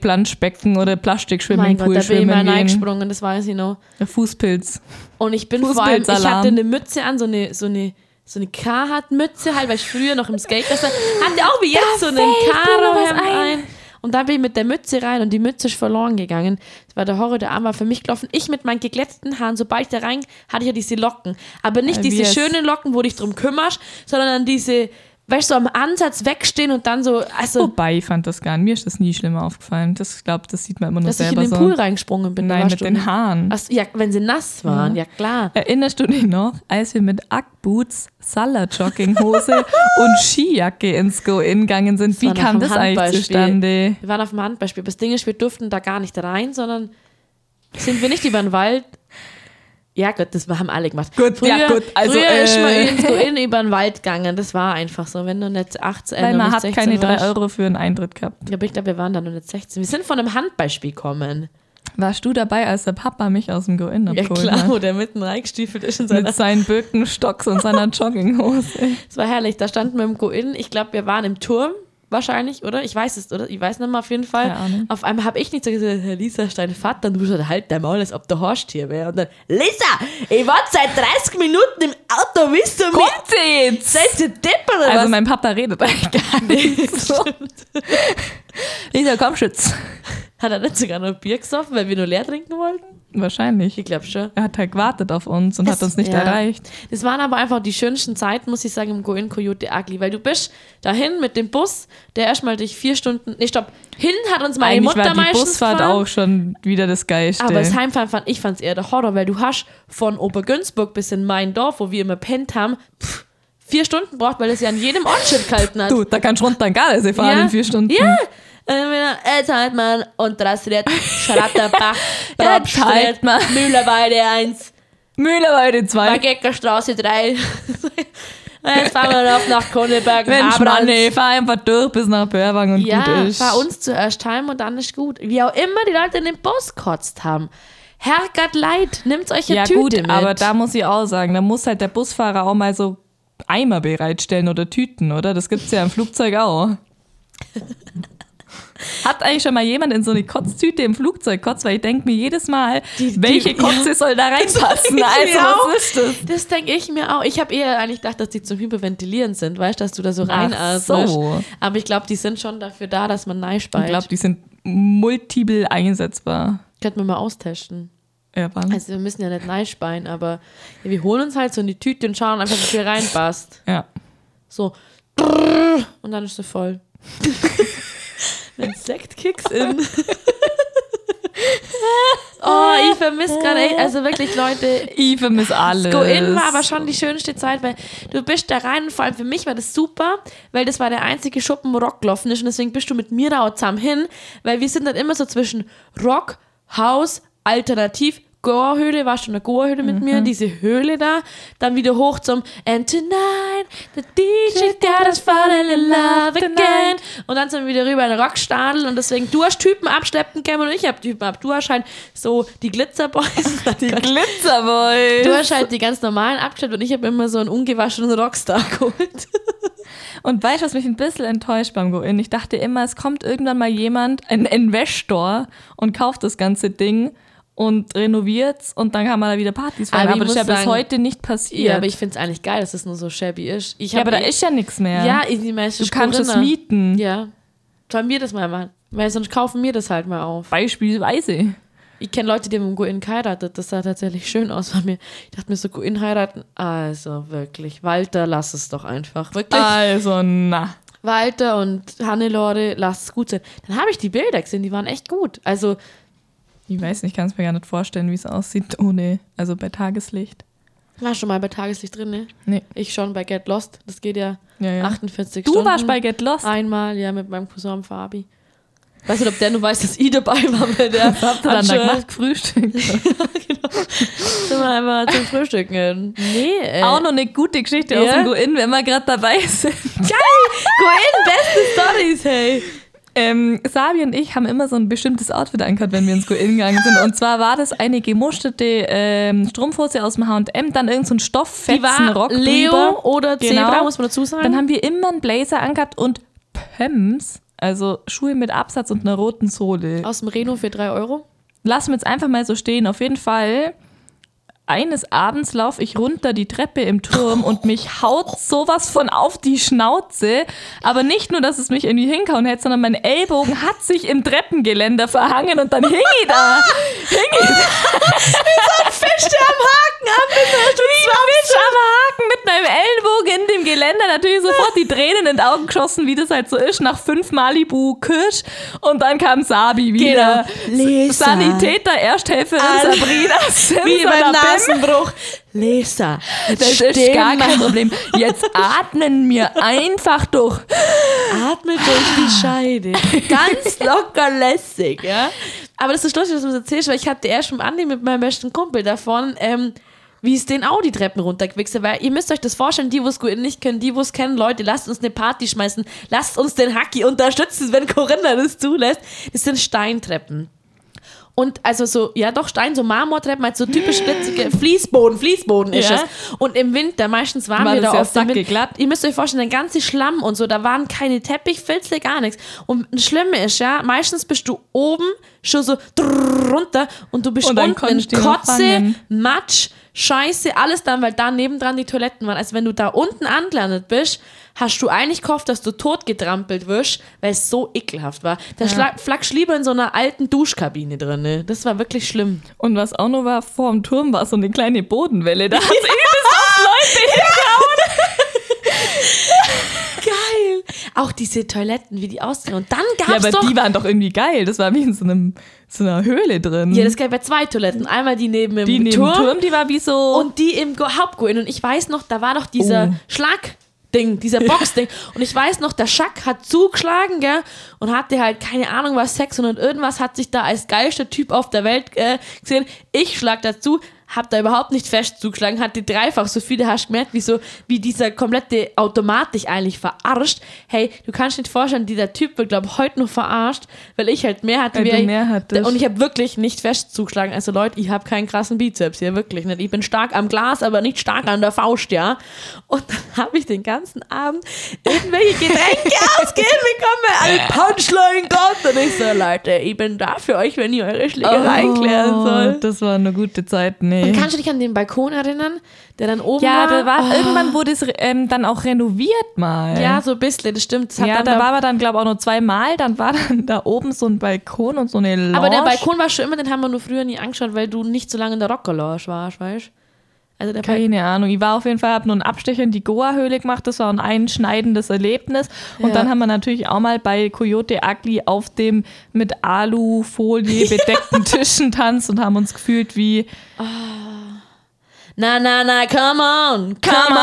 Plastikplanschbecken oder Oh
Mein Gott,
Plastik-Swimmingpool
da bin ich mal
schwimmen gehen.
reingesprungen, das weiß ich noch.
Fußpilz.
Und ich bin vor allem, ich
Fußpilzalarm.
hatte eine Mütze an, so eine, so eine, so eine Carhartt-Mütze halt, weil ich früher noch im Skate war. Hatte auch wie jetzt so einen
fällt mir noch was
Karo-Hemd ein. Und dann bin ich mit der Mütze rein und die Mütze ist verloren gegangen. Das war der Horror, der Arm war für mich gelaufen. Ich mit meinen geglätteten Haaren, sobald ich da rein, hatte ich ja diese Locken. Aber nicht
Äh, wie
diese
es-
schönen Locken, wo dich drum kümmerst, sondern dann diese, weißt du, so am Ansatz wegstehen und dann so, also,
Wobei, ich fand das gar nicht. Mir ist das nie schlimmer aufgefallen. Das, ich glaube, das sieht man immer nur
dass ich in
selber
den
so.
Pool reingesprungen bin. da
Nein,
warst
mit
du
den
nicht.
Haaren.
Ach, so, ja, wenn sie nass waren, ja klar.
Erinnerst du dich noch, als wir mit Ackboots, Salah-Jogginghose und Skijacke ins Go-In gegangen sind? Wie
war nach
kam
dem
das eigentlich
Handballspiel.
zustande?
Wir waren auf dem Handballspiel. Das Ding ist, wir durften da gar nicht rein, sondern sind wir nicht über den Wald. Ja, gut, das haben alle gemacht.
Gut, ja, gut, also,
früher ist man
äh.
ins Go-In über den Wald gegangen. Das war einfach so. Wenn du nicht 18
Weil
noch
man
nicht
hat
16
keine
warst.
3 Euro für einen Eintritt gehabt.
Ja, aber ich glaube, wir waren da noch nicht 16. Wir sind von einem Handballspiel gekommen.
Warst du dabei, als der Papa mich aus dem Go-In
Ja,
abgeholt
klar,
hat?
wo der mitten reingestiefelt ist in seiner.
Mit seinen Birkenstocks und seiner Jogginghose.
Das war herrlich. Da standen wir im Go-In. Ich glaube, wir waren im Turm. wahrscheinlich, oder? Ich weiß es, oder? Ich weiß nicht mehr auf jeden Fall.
Keine Ahnung.
Auf einmal habe ich nicht so gesagt, Herr Lisa, ist dein Vater, und du bist halt, halt dein Maul, als ob der Horst hier wäre. Und dann, Lisa, ich war seit 30 Minuten im Auto, wisst ihr, mich?
Kommt sie jetzt!
Seid ihr depp oder
Also
was?
mein Papa redet eigentlich gar nicht so. Lisa, komm, Schütz.
Hat er nicht sogar noch Bier gesoffen, weil wir nur leer trinken wollten?
Wahrscheinlich.
Ich glaube schon.
Er hat halt gewartet auf uns und hat uns nicht
Ja.
erreicht.
Das waren aber einfach die schönsten Zeiten, muss ich sagen, im Goin Coyote Ugly, weil du bist dahin mit dem Bus, der erstmal dich vier Stunden, nee, stopp, hin hat uns meine
Eigentlich
Mutter
war die
meistens
Busfahrt
gefahren.
auch schon wieder das Geilste.
Aber das Heimfahren fand ich fand's eher der Horror, weil du hast von Obergünzburg bis in mein Dorf, wo wir immer pennt haben, pff, vier Stunden braucht, weil es ja an jedem Ortsschild gehalten hat.
du, da kannst du runter in Gardasee fahren
Ja.
in vier Stunden.
Ja. Und dann wieder, Jetzt halt man und rasiert, Schratterbach,
Jetzt halt
Brabstadt,
man.
Mühlerweide 1,
Mühlerweide 2.
Bagecker Straße 3. Jetzt fahren wir auf nach Konneberg,
Mensch,
Abrals.
Mann, ey, fahr einfach durch bis nach Börwang und
Ja,
gut ist.
fahr uns zuerst heim und dann ist gut. Wie auch immer die Leute in den Bus kotzt haben. Herrgott leid, nimmt euch eine
ja
Tüte
gut,
mit.
aber da muss ich auch sagen, da muss halt der Busfahrer auch mal so Eimer bereitstellen oder Tüten, oder? Das gibt's ja im Flugzeug auch. Hat eigentlich schon mal jemand in so eine Kotztüte im Flugzeug kotzt, weil ich denke mir jedes Mal,
die-
welche
ja.
Kotze soll da reinpassen?
mir
Also,
auch.
was ist das?
Das denke ich mir auch. Ich habe eher eigentlich gedacht, dass die zum Hyperventilieren sind, weißt du, dass du da so
Ach
reinatmest.
so.
Aber ich glaube, die sind schon dafür da, dass man
Ich
neispeit.
glaube, die sind multiple einsetzbar.
Könnten wir mal austesten.
Ja, Wahnsinn.
Also wir müssen ja nicht neispeien, aber ja, wir holen uns halt so in die Tüte und schauen einfach, wie viel reinpasst.
ja.
So. Drrrr. Und dann ist sie voll. Wenn Sekt kicks in. oh, ich vermisse gerade, echt- also wirklich, Leute,
Ich vermisse alles.
Go In war aber schon die schönste Zeit, weil du bist da rein und vor allem für mich war das super, weil das war der einzige Schuppen, wo Rock gelaufen ist und deswegen bist du mit mir da auch zusammen hin, weil wir sind dann immer so zwischen Rock, Haus, Alternativ, Goa-Höhle, warst du in der Goa-Höhle mit
Mhm.
mir, diese Höhle da, dann wieder hoch zum And tonight, the DJ got us falling in love again und dann sind wir wieder rüber in den Rockstadel und deswegen, du hast Typen abschleppen können und ich hab Typen ab, du hast halt so die Glitzerboys.
Die Glitzerboys.
Du hast halt die ganz normalen abgestellt und ich habe immer so einen ungewaschenen Rockstar geholt.
Und weißt du, was mich ein bisschen enttäuscht beim Go-In? Ich dachte immer, es kommt irgendwann mal jemand, ein Investor, und kauft das ganze Ding und renoviert's und dann kann man da wieder Partys feiern.
Aber
Aber,
ich
das ist ja
muss
bis
sagen-
heute nicht passiert.
Ja, aber ich finde es eigentlich geil, dass es nur so shabby ist. Ich
Ja,
hab
aber da
eh-
ist ja nichts mehr.
Ja, ich die meiste
du kannst es
Sporinne.
mieten.
Ja. Sollen wir das mal machen? Weil sonst kaufen wir das halt mal auf.
Beispielsweise.
Ich kenne Leute, die haben im Go-In geheiratet. Das sah tatsächlich schön aus bei mir. Ich dachte mir so, Go-In heiraten. Also wirklich. Walter, lass es doch einfach. Wirklich.
Also, na.
Walter und Hannelore, lass es gut sein. Dann habe ich die Bilder gesehen, die waren echt gut. Also,
Ich weiß nicht, ich kann es mir gar nicht vorstellen, wie es aussieht ohne, also bei Tageslicht.
war schon mal bei Tageslicht drin, ne?
Nee.
Ich schon bei Get Lost. Das geht ja,
Ja, ja.
48
Du
Stunden. Ah,
warst bei Get Lost.
Einmal, ja, mit meinem Cousin Fabi. Weißt du, ob der nur weiß, dass ich dabei war, weil der
Was habt ihr dann da gemacht? Frühstück.
Sind wir einmal zum Frühstücken. hin. Nee, ey.
Auch noch eine gute Geschichte aus
Äh, Ja?
dem Go-In, wenn wir gerade dabei sind.
Go in, beste Stories, hey.
Ähm, Sabi und ich haben immer so ein bestimmtes Outfit angehört, wenn wir ins Go-In gegangen sind. Und zwar war das eine gemusterte ähm, Strumpfhose aus dem H&M, dann irgendein so ein
Die war
Stofffetzen-Rock
Leo
drüber.
oder
Genau.
Zebra, muss man dazu sagen.
Dann haben wir immer einen Blazer angehabt und Pumps, also Schuhe mit Absatz und einer roten Sohle.
Aus dem Reno für 3 Euro.
Lassen wir jetzt einfach mal so stehen. Auf jeden Fall, eines Abends laufe ich runter die Treppe im Turm und mich haut sowas von auf die Schnauze. Aber nicht nur, dass es mich irgendwie hinkauen hätte, sondern mein Ellbogen hat sich im Treppengeländer verhangen und dann hing ich da.
Fischte am Haken ab,
Wie ein Fisch am Haken mit meinem Ellenbogen in dem Geländer. Natürlich sofort die Tränen in die Augen geschossen, wie das halt so ist, nach fünf Malibu Kirsch. Und dann kam Sabi wieder.
Genau. Lisa.
Sanitäter, Ersthelferin
Al-
Sabrina Simpson.
Wie beim
da bin
Nasenbruch. Lisa,
Das ist gar kein Problem. Jetzt atmen wir einfach durch.
Atme durch die Scheide. Ganz locker lässig, ja. Aber das ist lustig, dass du das erzählst, weil ich hatte erst mit Andi mit meinem besten Kumpel davon, ähm, wie es den Audi Treppen runtergewichst hat. Weil ihr müsst euch das vorstellen, die, wo es gut nicht können, die, wo es kennen, Leute, lasst uns eine Party schmeißen, lasst uns den Hacki unterstützen, wenn Corinna das zulässt. Das sind Steintreppen. Und also so, ja doch, Stein, so Marmortreppen, halt so typisch schlitzige Fließboden, Fließboden ist
Ja.
es. Und im Winter, meistens waren
War
wir
das
da
ja
auf dem Win-
sackgeglatt.
Ihr müsst euch vorstellen, der ganze Schlamm und so, da waren keine Teppichfilze, gar nichts. Und das Schlimme ist, ja, meistens bist du oben schon so drrrr runter und du bist
Und dann
unten in
konntest du die noch
Kotze,
fangen.
Matsch, Scheiße, alles dann, weil da nebendran die Toiletten waren. Also wenn du da unten angelandet bist, hast du eigentlich gehofft, dass du totgetrampelt wirst, weil es so ekelhaft war. Da schla- flackst lieber in so einer alten Duschkabine drin. Ne? Das war wirklich schlimm.
Und was auch noch war, vor dem Turm war so eine kleine Bodenwelle. Da hat es übelst oft Leute
Geil. Auch diese Toiletten, wie die aussehen. Und dann
Ja,
gab's
aber
doch...
die waren doch irgendwie geil. Das war wie in so, einem, so einer Höhle drin.
ja, das gab ja zwei Toiletten. Einmal die neben dem
Mhm. die neben
Turm,
dem Turm, die war wie so.
und die im Go- Hauptguin. Und ich weiß noch, da war noch dieser
Oh.
Schlag-Ding, dieser Box-Ding. Und ich weiß noch, der Schack hat zugeschlagen, gell? Und hatte halt, keine Ahnung, was 600 irgendwas, hat sich da als geilster Typ auf der Welt äh, gesehen. Ich schlag dazu, hab da überhaupt nicht fest zugeschlagen, hatte dreifach so viele, hast gemerkt, wie so, wie dieser komplette Automat dich eigentlich verarscht. Hey, du kannst nicht vorstellen, dieser Typ wird, glaube ich, heute noch verarscht, weil ich halt mehr hatte.
Weil
wie
du
er-
mehr hattest.
Und ich habe wirklich nicht fest zugeschlagen. Also Leute, ich habe keinen krassen Bizeps hier, wirklich nicht. Ich bin stark am Glas, aber nicht stark an der Faust, ja. Und dann habe ich den ganzen Abend irgendwelche Getränke ausgehen bekommen. Alle Punchline Gott. Und ich so, Leute, ich bin da für euch, wenn ihr eure Schläge reinklären sollt.
Oh, Das war eine gute Zeit, nee.
Und Oh. kannst du dich an den Balkon erinnern, der dann oben
ja,
war?
da war,
Oh.
irgendwann wurde es ähm, dann auch renoviert mal.
ja, so ein bisschen, das stimmt. Das hat
Ja,
dann
da
der-
war aber dann, glaube ich, auch nur zweimal. Dann war dann da oben so ein Balkon und so eine Lounge.
aber der Balkon war schon immer, den haben wir nur früher nie angeschaut, weil du nicht so lange in der Rockerlounge warst, weißt du? Also der Balkon.
Keine Ahnung. Ich war auf jeden Fall, habe nur einen Abstecher in die Goa-Höhle gemacht. Das war ein einschneidendes Erlebnis. Und
Ja.
dann haben wir natürlich auch mal bei Coyote Ugly auf dem mit Alufolie bedeckten Tischen tanzt und haben uns gefühlt wie
Na, na, na, come on, come,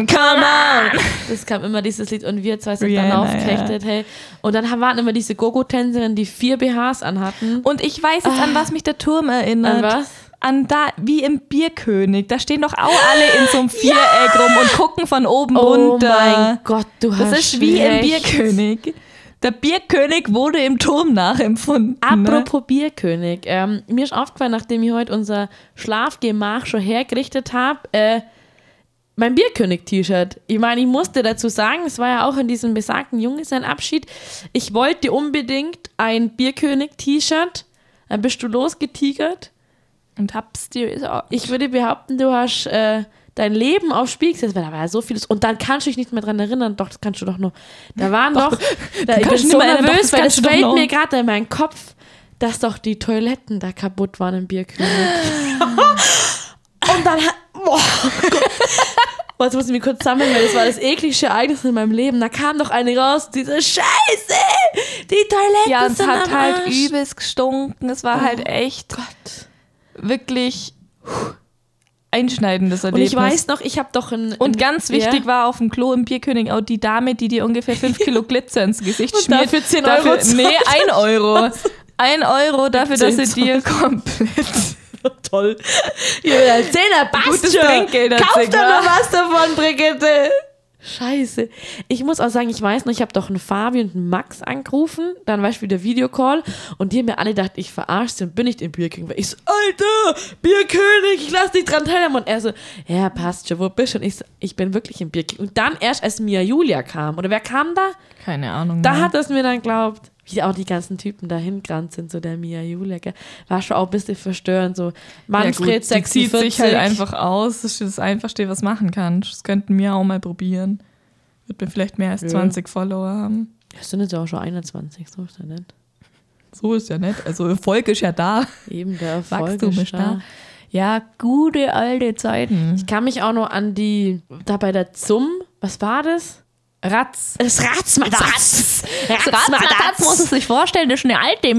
on.
come on!
Das kam immer dieses Lied und wir zwei sind dann
Rihanna,
aufgekechtet, hey. Und dann haben- waren immer diese Gogo-Tänzerinnen, die vier BHs anhatten.
Und ich weiß jetzt, an was mich der Turm erinnert.
Ah. An was?
An da, wie im Bierkönig. Da stehen doch auch alle in so einem Viereck rum und gucken von oben
Oh
runter.
mein Gott, du hast
Das ist wie im
recht.
Bierkönig. Der Bierkönig wurde im Turm nachempfunden. ne?
Apropos Bierkönig. Ähm, mir ist aufgefallen, nachdem ich heute unser Schlafgemach schon hergerichtet habe, äh, mein Bierkönig-T-Shirt. Ich meine, ich musste dazu sagen, es war ja auch in diesem besagten Junge sein Abschied. Ich wollte unbedingt ein Bierkönig-T-Shirt. Dann bist du losgetigert.
Und hab's dir gesagt.
Ich würde behaupten, du hast äh, dein Leben aufs Spiel gesetzt, weil da war ja so vieles. Und dann kannst du dich nicht mehr dran erinnern. Doch, das kannst du doch noch. Da waren doch. da, ich bin
kannst du
so
nicht mehr erinnern. Doch,
nervös,
das
weil
kannst du
das
doch
fällt
noch.
mir gerade in meinen Kopf, dass doch die Toiletten da kaputt waren im Bierkönig. Und dann. hat- Boah, oh Gott. Boah, Jetzt muss ich mich kurz sammeln, weil das war das ekligste Ereignis in meinem Leben. Da kam doch eine raus, diese Scheiße! Die Toiletten
Ja, es
sind
hat
am
halt
Arsch.
übelst gestunken. Es war halt echt
Gott.
wirklich einschneidendes
Und
Erlebnis.
ich weiß noch, ich habe doch ein.
Und ganz
Ja.
wichtig war auf dem Klo im Bierkönig auch die Dame, die dir ungefähr 5 Kilo Glitzer ins Gesicht
Und
schmiert.
dafür 10 Euro zahlt.
Nee, 1 Euro. 1 Euro dafür, dass sie dir komplett.
Toll. Ja, Zehner, passt
Gutes
schon.
Trinkgeld hat
Kauf
sie
doch noch
gemacht.
was davon, Brigitte. Scheiße. Ich muss auch sagen, ich weiß noch, ich habe doch einen Fabi und einen Max angerufen, dann war ich wieder Videocall und die haben mir alle gedacht, ich verarscht sie und bin nicht im Bierkönig. Weil ich so, Alter, Bierkönig, ich lass dich dran teilhaben. Und er so, ja, passt schon, wo bist du? Und ich so, ich bin wirklich im Bierkönig. Und dann erst, als Mia Julia kam, oder wer kam da?
Keine Ahnung. ne?
Da
mehr.
hat es mir dann glaubt, wie auch die ganzen Typen dahin gerannt sind, so der Mia Julia, gell? war schon auch ein bisschen verstörend, so Manfred
ja, gut, die
46.
zieht sich halt einfach aus. Das ist das Einfachste, was machen kannst. Das könnten wir auch mal probieren. Wird mir vielleicht mehr als 20 Follower haben.
Das sind jetzt auch schon 21, so ist ja nicht.
So ist ja nett. Also Erfolg ist ja da.
Eben der Erfolg
Wachstum
ist
ist da. Ja, gute alte Zeiten.
Ich kann mich auch noch an die, da bei der Zum, was war das?
Ratz.
Das Ratzmatz.
Ratzmatz muss es sich vorstellen, das ist eine alte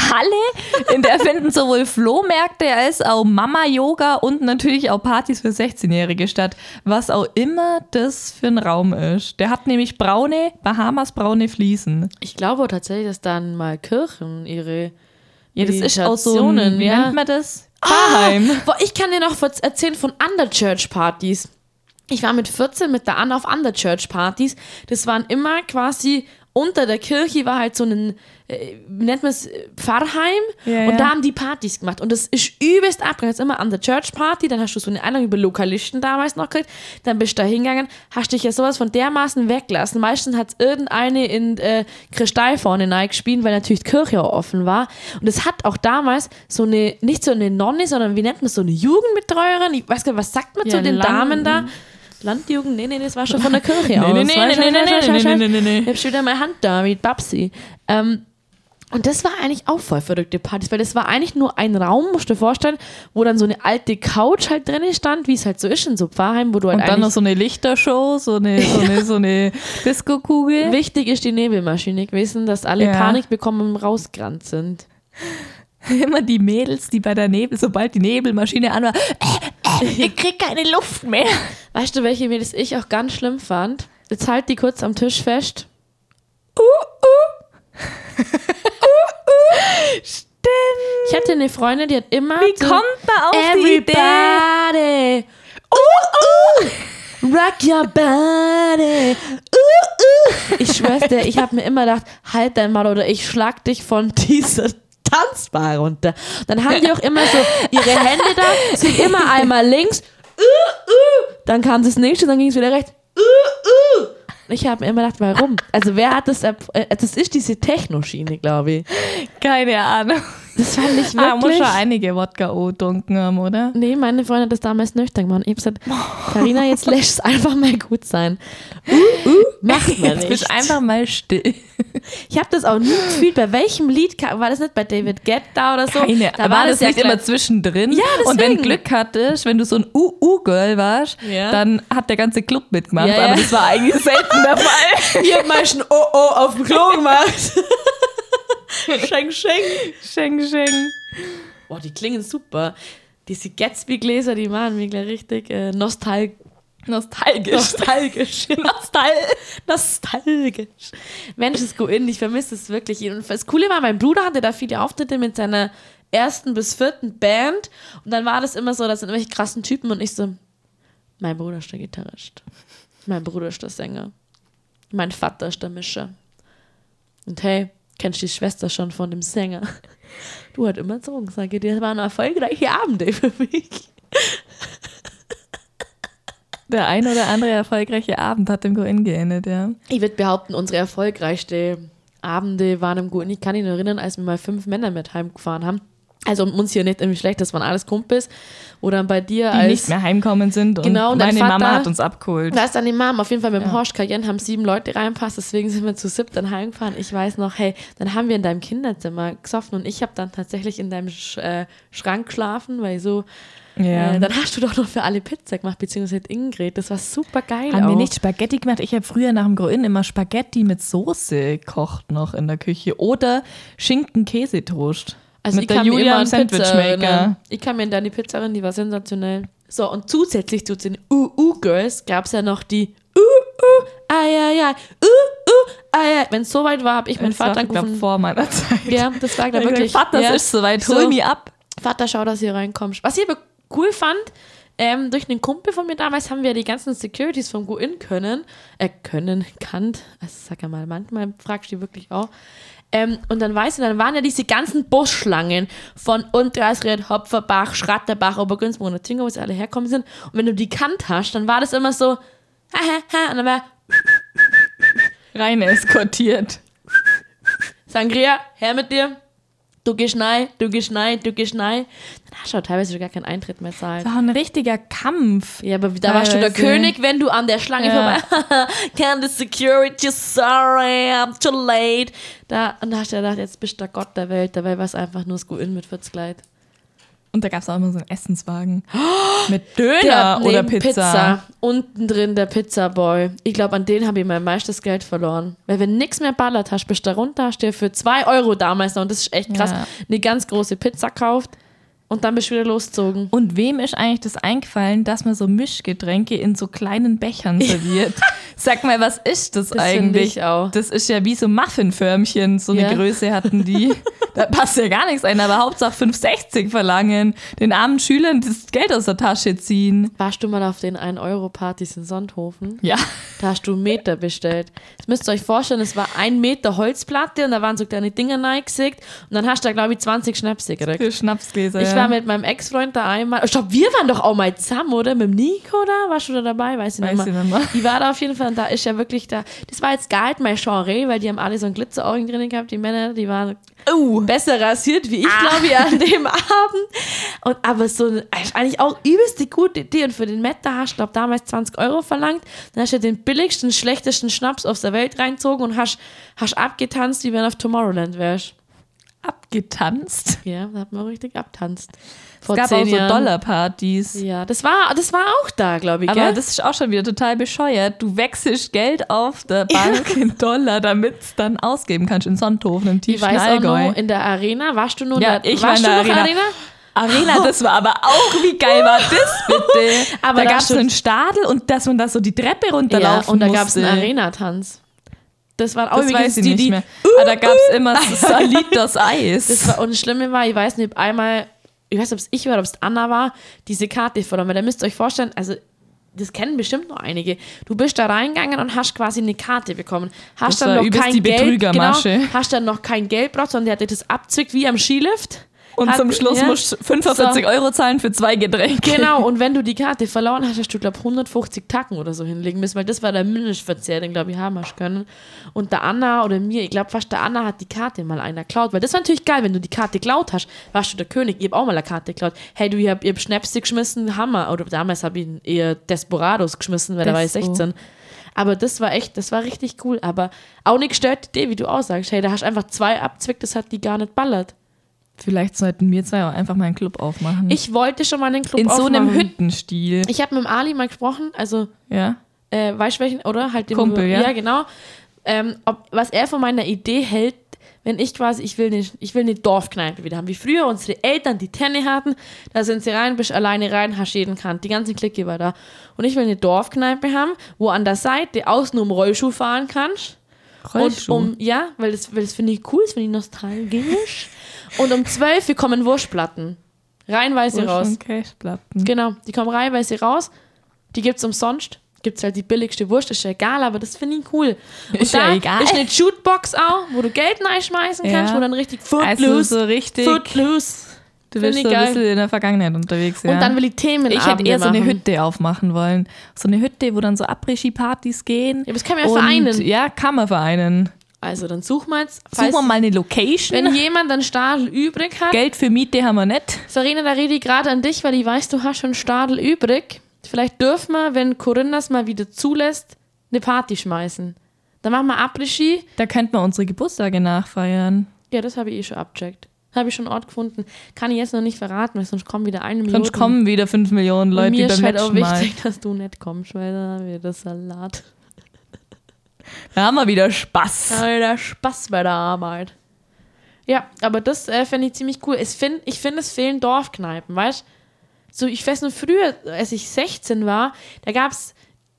Mehrzweckhalle, in der finden sowohl Flohmärkte als auch Mama-Yoga und natürlich auch Partys für 16-Jährige statt. Was auch immer das für ein Raum ist. Der hat nämlich braune, Bahamas braune Fliesen.
Ich glaube tatsächlich, dass dann mal Kirchen ihre
Ja, das ist auch so,
Meditationen,
ein, wie
ja. Ah!
nennt man das? Fahrheim.
Boah, ich kann dir noch was erzählen von Underchurch-Partys. Ich war mit 14 mit der Anna auf Underchurch-Partys. Das waren immer quasi unter der Kirche war halt so ein, äh, wie nennt man es, äh, Pfarrheim.
Ja,
und
ja.
da haben die Partys gemacht. Und das ist übelst abgegangen. Jetzt immer an der Church Party, dann hast du so eine Einladung über Lokalisten damals noch gekriegt. Dann bist du da hingegangen, hast dich ja sowas von dermaßen weggelassen. Meistens hat es irgendeine in äh, Kristall vorne reingespielt, weil natürlich die Kirche auch offen war. Und es hat auch damals so eine, nicht so eine Nonne, sondern wie nennt man es, so eine Jugendbetreuerin. Ich weiß gar nicht, was sagt man Ja, zu den Land- Damen
Mhm.
da? Landjugend? Nee, nee, das war schon von der Kirche aus.
Nee, nee, nee,
Weißt du,
nee,
weißt du,
nee,
weißt du,
nee, nee,
weißt du, weißt du?
nee, nee, nee.
Ich hab schon wieder meine Hand da mit Babsi. Ähm, und das war eigentlich auch voll verrückte Partys, weil das war eigentlich nur ein Raum, musst du dir vorstellen, wo dann so eine alte Couch halt drin stand, wie es halt so ist in so Pfarrheim, wo du halt
Und dann noch
eigentlich...
so eine Lichtershow, so eine, so eine, so eine Disco-Kugel.
Wichtig ist die Nebelmaschine gewesen, dass alle
Ja.
Panik bekommen und rausgerannt sind.
Immer die Mädels, die bei der Nebel, sobald die Nebelmaschine an war, äh, äh, ich krieg keine Luft mehr.
Weißt du, welche Mädels ich auch ganz schlimm fand? Jetzt halt die kurz am Tisch fest.
Uh, uh.
Ich hatte eine Freundin, die hat immer.
Wie
zu
kommt man auf die Idee?
Everybody! Uh, uh. Rock your body! Uh, uh. Ich schwör's dir, ich habe mir immer gedacht, halt dein Maul oder ich schlag dich von dieser Tanzbar runter. Dann haben die auch immer so ihre Hände da, sind immer einmal links, Uh, dann kam das nächste, dann ging es wieder rechts. Uh, uh. Und Ich habe mir immer gedacht, warum? Also wer hat das? erf- äh, Das ist diese Techno-Schiene, glaube ich.
Keine Ahnung.
Das fand ich
Da Ah, muss
wirklich.
schon einige Wodka O getrunken haben, oder?
nee, meine Freundin hat das damals nüchtern gemacht. Ich habe gesagt, Karina, jetzt lässt es einfach mal gut sein. Uh, uh, mach mal
Jetzt bist du
nicht.
einfach mal still.
Ich habe das auch nie gefühlt. Bei welchem Lied ka- war das nicht? Bei David Guetta oder so?
Keine,
da
war, war das,
ja
nicht
gleich-
immer zwischendrin?
Ja,
Und wenn
deswegen.
Glück hattest, wenn du so ein UU-Girl warst,
Ja.
dann hat der ganze Club mitgemacht.
Ja, ja.
Aber das war eigentlich selten der Fall.
Ich hab meistens Oh Oh auf dem Klo gemacht. schenk, schenk.
Scheng, scheng.
Boah, die klingen super. Diese Gatsby-Gläser, die machen mich gleich richtig äh, nostal
Nostalgisch.
nostalgisch.
Nostal
nostalgisch. Mensch, ist go in, ich vermisse es wirklich. Und das Coole war, mein Bruder hatte da viele Auftritte mit seiner ersten bis vierten Band. Und dann war das immer so, das sind irgendwelche krassen Typen und ich so, mein Bruder ist der Gitarrist. Mein Bruder ist der Sänger. Mein Vater ist der Mischer. Und hey, kennst du die Schwester schon von dem Sänger? Du hat immer Drogen, sage dir. Das waren erfolgreiche Abende für mich.
Der ein oder andere erfolgreiche Abend hat im Go-In geendet, ja.
Ich würde behaupten, unsere erfolgreichste Abende waren im Guten. Ich kann mich nur erinnern, als wir mal fünf Männer mit heimgefahren haben. Also um uns hier nicht irgendwie schlecht, das waren alles Kumpels. Oder bei dir
Die
als...
nicht mehr heimkommen sind und
Genau, und dein
meine Mama
Vater-
hat uns abgeholt.
Da ist dann die Mom, auf jeden Fall mit dem Horsch Cayenne haben sieben Leute reinpasst, deswegen sind wir zu siebt dann heimgefahren. Ich weiß noch, hey, dann haben wir in deinem Kinderzimmer gesoffen und ich habe dann tatsächlich in deinem Sch äh, Schrank geschlafen, weil so,
Ja.
äh, dann hast du doch noch für alle Pizza gemacht, beziehungsweise Ingrid, das war super geil
Haben
auch.
wir nicht Spaghetti gemacht? Ich habe früher nach dem Groin immer Spaghetti mit Soße gekocht noch in der Küche. Oder Schinken-Käsetoast. mit der
Also mir
Julia am
immer an Pizza
Sandwichmaker.
erinnern. Ich kam mir an deine Pizzerin, die war sensationell. So, und zusätzlich zu den UU-Girls gab es ja noch die UU, ai, ai, ai, UU, ai, ai. Wenn es soweit war, habe ich meinen
Das war,
Vater
glaub,
angerufen.
vor meiner Zeit.
Ja, das war da
Ich hab
wirklich.
gesagt, Vater,
ja.
das ist soweit, hol mich ab.
Vater, schau, dass ihr reinkommst. Was ich aber cool fand, ähm, durch einen Kumpel von mir damals haben wir die ganzen Securities vom Go-In können, äh, können, kannt, also sag ja mal, manchmal fragst du die wirklich auch. Ähm, und dann weißt du, dann waren ja diese ganzen Busschlangen von Untersried, Hopferbach, Schratterbach, Obergünzburg und Zingau, wo sie alle herkommen sind. Und wenn du die kannt hast, dann war das immer so, haha, ha, und dann war
Rein eskortiert.
Sangria, her mit dir. Du gehst nein, du gehst nein, du gehst nein. Dann hast du auch teilweise gar keinen Eintritt mehr zahlt.
War ein richtiger Kampf.
Ja, aber da warst du der
Teilweise.
König, wenn du an der Schlange
Ja.
vorbei. Can the security, sorry, I'm too late. Da, und da hast du gedacht, jetzt bist du der Gott der Welt. Dabei war es einfach nur das Go-In mit 40 Leid.
Und da gab es auch immer so einen Essenswagen.
Oh,
Mit Döner oder Pizza.
Unten drin der Pizzaboy. Ich glaube, an den habe ich mein meistes Geld verloren. Weil wenn nix mehr ballert hast, bist du da runter, hast dir für 2 Euro damals noch, und das ist echt krass,
Ja.
eine ganz große Pizza kauft. Und dann bist du wieder losgezogen.
Und wem ist eigentlich das eingefallen, dass man so Mischgetränke in so kleinen Bechern serviert? Sag mal, was ist das,
Das find
eigentlich?
ich auch.
Das ist ja wie so Muffinförmchen, so
Ja.
eine Größe hatten die. da passt ja gar nichts ein, aber Hauptsache 5,60 verlangen, den armen Schülern das Geld aus der Tasche ziehen.
Warst du mal auf den 1-Euro-Partys in Sonthofen?
Ja.
Da hast du einen Meter bestellt. Das müsst ihr euch vorstellen, es war ein Meter Holzplatte und da waren so kleine Dinger reingesägt und dann hast du da, glaube ich, 20 Schnäpse gekriegt.
Für Schnapsgläser.
Ich
ja.
war mit meinem Ex-Freund da einmal. Ich glaube, wir waren doch auch mal zusammen, oder? Mit dem Nico da? Warst du da dabei? Weiß ich
Weiß
nicht
ich
mehr.
nicht mehr.
Die war da auf jeden Fall und da ist ja wirklich da. Das war jetzt gar nicht mein Genre, weil die haben alle so ein Glitzerohrring drin gehabt. Die Männer, die waren
Oh. Ah.
besser rasiert wie ich, glaube ich, an dem Abend. Und aber so ein- ist eigentlich auch übelst die gute Idee. Und für den Matt, da hast du, glaube damals 20 Euro verlangt. Dann hast du den billigsten, schlechtesten Schnaps aus der Welt reinzogen und hast, hast abgetanzt, wie wenn du auf Tomorrowland wärst.
Abgetanzt.
Ja, da hat man richtig abtanzt.
Es
Vor
gab
zehn
auch so
Jahren.
Dollarpartys.
Ja, das war, das war auch da, glaube ich.
Aber
gell?
das ist auch schon wieder total bescheuert. Du wechselst Geld auf der Bank in Dollar, damit es dann ausgeben kannst in Sonthofen im
ich
tiefen
weiß auch
Allgäu.
noch, in der Arena, warst du nur in
Ja,
der,
ich war
warst
in der
du noch
Arena. Arena, das war aber auch, wie geil war das bitte?
Aber
da
da
gab es
steht-
einen Stadel und dass man da so die Treppe runterlaufen
Ja, und da gab es
musste. Oh,
einen Arena-Tanz. Das waren auch
das weiß
übrigens
ich
die,
nicht
die,
mehr. aber Ah, da gab es immer Salit das Eis.
Uh, Das war, und das Schlimme war, ich weiß nicht, ob einmal, ich weiß nicht, ob es ich war oder ob es Anna war, diese Karte verloren. Weil da müsst ihr euch vorstellen, also das kennen bestimmt noch einige. Du bist da reingegangen und hast quasi eine Karte bekommen.
Das
Hast dann
war
noch
übelst
kein
die
Geld, genau,
Betrügermasche.
hast dann noch kein Geld braucht, sondern der hat dir das abzwickt wie am Skilift.
und
Hat-
zum Schluss
ja.
musst du 45 Euro zahlen für zwei Getränke.
Genau, und wenn du die Karte verloren hast, hast du, glaube 150 Tacken oder so hinlegen müssen, weil das war der Mindestverzehr, den, glaube ich, haben hast können. Und der Anna oder mir, ich glaube fast der Anna hat die Karte mal einer geklaut, weil das war natürlich geil, wenn du die Karte geklaut hast, warst du der König, ich hab auch mal eine Karte geklaut. Hey, du, ich hab, ich hab Schnäpse geschmissen, Hammer. Oder damals hab ich eher Desperados geschmissen, weil da war ich
Despo.
16. Aber das war echt, das war richtig cool. Aber auch nicht gestört, die Idee, wie du aussagst. Hey, da hast du einfach zwei abzwickt, das hat die gar nicht
Hm.
ballert.
Vielleicht sollten wir zwei auch einfach mal einen Club aufmachen.
Ich wollte schon mal einen Club
in so einem
aufmachen.
Hüttenstil.
Ich habe mit dem Ali mal gesprochen, also
Ja.
äh, weißt du welchen, oder? Halt den
Kumpel, ja.
Ja, genau. Ähm, ob, was er von meiner Idee hält, wenn ich quasi, ich will eine, ich will eine Dorfkneipe wieder haben, wie früher unsere Eltern die Tenne hatten, da sind sie rein, bist alleine rein, hast jeden Kant, die ganze Clique war da. Und ich will eine Dorfkneipe haben, wo an der Seite außen um Rollschuh fahren kannst.
Rollschuh.
Und um, ja, weil das, weil das finde ich cool, das finde ich nostalgisch. Und um 12 Uhr kommen Wurstplatten. Reihenweise raus.
Wurst und Cashplatten.
Genau, die kommen reihenweise raus. Die gibt's umsonst. Gibt's halt die billigste Wurst, ist ja egal, aber das finde ich cool. Und
Ist
da
ja egal.
ist eine Jukebox auch, wo du Geld reinschmeißen kannst,
Ja.
wo dann richtig
Also
Footloose,
so richtig-
Footloose.
Du bist
Find
so
ich
ein
geil.
bisschen in der Vergangenheit unterwegs, ja.
Und dann will ich halt Themen
ich hätte eher so eine Hütte aufmachen wollen. So eine Hütte, wo dann so Après-Ski-Partys gehen.
Ja, aber das kann man ja
Und-
vereinen.
Ja, kann man vereinen.
Also dann suchen wir jetzt.
Suchen
Falls,
wir mal eine Location.
wenn jemand einen Stadel übrig hat,
Geld für Miete haben wir nicht.
Verena, da rede ich gerade an dich, weil ich weiß, du hast schon einen Stadel übrig. Vielleicht dürfen wir, wenn Corinna es mal wieder zulässt, eine Party schmeißen. Dann machen wir Abrischi.
Da könnten wir unsere Geburtstage nachfeiern.
Ja, das habe ich eh schon abcheckt. Habe ich schon einen Ort gefunden. Kann ich jetzt noch nicht verraten, weil sonst kommen wieder eine Million.
Sonst kommen wieder 5 Millionen
Und
Leute
mir
beim
ist halt auch
letzten Mal.
wichtig, dass du nicht kommst, weil dann haben wir das Salat.
Da haben wir wieder Spaß.
Alter, Spaß bei der Arbeit. Ja, aber das äh, fände ich ziemlich cool. Es find, ich finde, es fehlen Dorfkneipen, weißt So, ich weiß nur früher, als ich 16 war, da gab es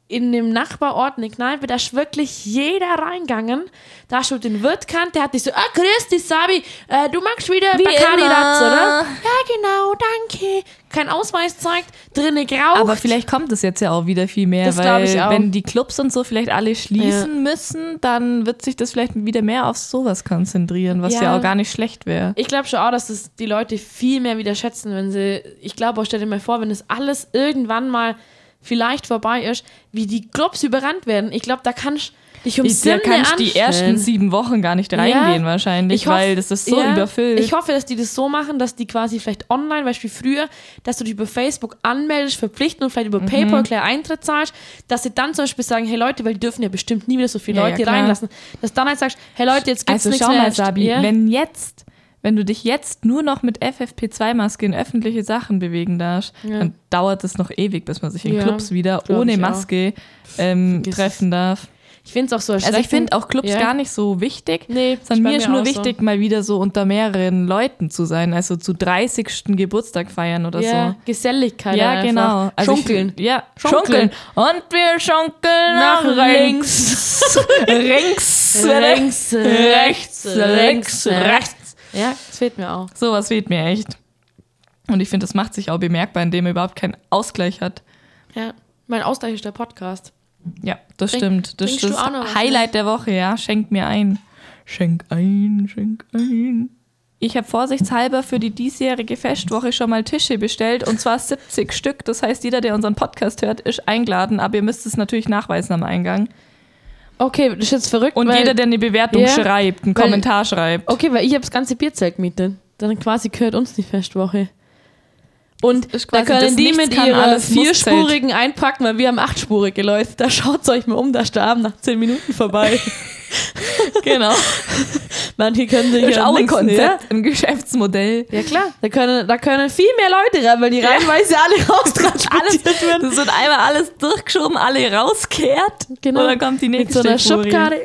in dem Nachbarort eine Kneipe, da ist wirklich jeder reingegangen. Da hast du den Wirt kannt, der hat dich so, ah, grüß dich, Sabi, äh, du magst wieder
Wie
Bacardi
immer.
Ratz, oder? Ja, genau, danke. Kein Ausweis zeigt, drinnen grau.
Aber vielleicht kommt es jetzt ja auch wieder viel mehr,
Das glaub
weil
ich auch.
wenn die Clubs und so vielleicht alle schließen müssen, dann wird sich das vielleicht wieder mehr auf sowas konzentrieren, was ja,
Ja.
auch gar nicht schlecht wäre.
Ich glaube schon auch, dass es die Leute viel mehr wieder schätzen, wenn sie. Ich glaube auch, stell dir mal vor, wenn das alles irgendwann mal vielleicht vorbei ist, wie die Clubs überrannt werden. Ich glaube, da kannst du dich um
Ich, da
Sinne
kannst die
anstellen.
ersten sieben Wochen gar nicht reingehen
Ja.
wahrscheinlich,
Ich hoff-
weil das ist so
ja.
überfüllt.
Ich hoffe, dass die das so machen, dass die quasi vielleicht online, Beispiel früher, dass du dich über Facebook anmeldest, verpflichtend und vielleicht
Mhm.
über PayPal gleich Eintritt zahlst, dass sie dann zum Beispiel sagen, hey Leute, weil die dürfen ja bestimmt nie wieder so viele
Ja, ja,
Leute
klar.
reinlassen, dass dann halt sagst, hey Leute, jetzt gibt's
also
nichts
schau
mehr.
mal, Sabi,
Ja.
wenn jetzt, wenn du dich jetzt nur noch mit FFP2-Maske in öffentliche Sachen bewegen darfst, dann dauert es noch ewig, bis man sich in
Ja,
Clubs wieder
glaub
ohne
ich auch.
Maske ähm,
Vergiss
treffen darf.
Ich finde es auch so erschreckend.
Also ich finde auch Clubs
Ja.
gar nicht so wichtig.
Nee,
sondern
ist bei
mir ist
mir
nur
auch so.
wichtig, mal wieder so unter mehreren Leuten zu sein. Also zu 30. Geburtstag feiern oder
ja,
so.
Geselligkeit.
Ja,
einfach.
genau. Also
Schunkeln.
Ich, ja, schunkeln.
Schunkeln.
Und wir schunkeln nach,
Nach
links. links.
Links,
rechts,
rechts,
links,
links,
rechts.
Ja, das fehlt mir auch.
Sowas fehlt mir echt. Und ich finde, das macht sich auch bemerkbar, indem er überhaupt keinen Ausgleich hat.
Ja, mein Ausgleich ist der Podcast.
Ja, das
Trink-
stimmt. Das ist
trinkst
das
du auch noch was,
Highlight der Woche, ja. Schenk mir ein. Schenk ein, schenk ein. Ich habe vorsichtshalber für die diesjährige Festwoche schon mal Tische bestellt und zwar 70 Stück. Das heißt, jeder, der unseren Podcast hört, ist eingeladen, aber ihr müsst es natürlich nachweisen am Eingang.
Okay, das ist jetzt verrückt.
Und
weil,
jeder, der eine Bewertung
Ja,
schreibt, einen
weil- Oh,
Kommentar schreibt.
Okay, weil ich habe das ganze Bierzelt gemietet. Dann quasi gehört uns die Festwoche.
Das
Und
ist
da
quasi das
können die
Nichts
mit
kann
ihrer
alles muss
vierspurigen einpacken, weil wir haben achtspurige Leute. Da schaut's euch mal um, da ist der Abend nach zehn Minuten vorbei.
Genau.
Manche können sich
Das ist
ja
auch ein
nix mehr.
Konzept, ein Geschäftsmodell.
Ja klar, da können, da können viel mehr Leute rein, weil die reihenweise alle raustransportiert alles, werden.
Das wird einmal alles durchgeschoben, alle rausgekehrt.
Genau.
Und dann kommt die
Mit
nächste
so einer
Furie.
Schubkarre.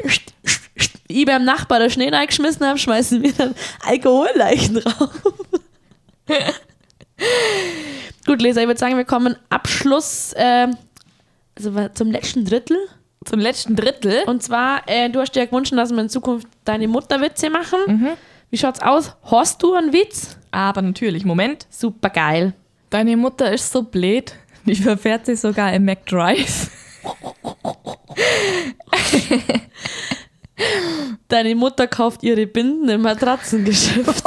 Ich beim Nachbar der Schnee reingeschmissen habe, schmeißen wir dann Alkoholleichen drauf. Gut, Leser, ich würde sagen, wir kommen Abschluss ähm, also wa- zum letzten Drittel.
Zum letzten Drittel.
Und zwar, äh, du hast dir ja gewünscht, dass wir in Zukunft deine Mutterwitze machen. Wie schaut's aus? Hast du einen Witz?
Aber natürlich, Moment.
Super geil.
Deine Mutter ist so blöd, die verfährt sich sogar im McDrive.
Deine Mutter kauft ihre Binden im Matratzengeschäft.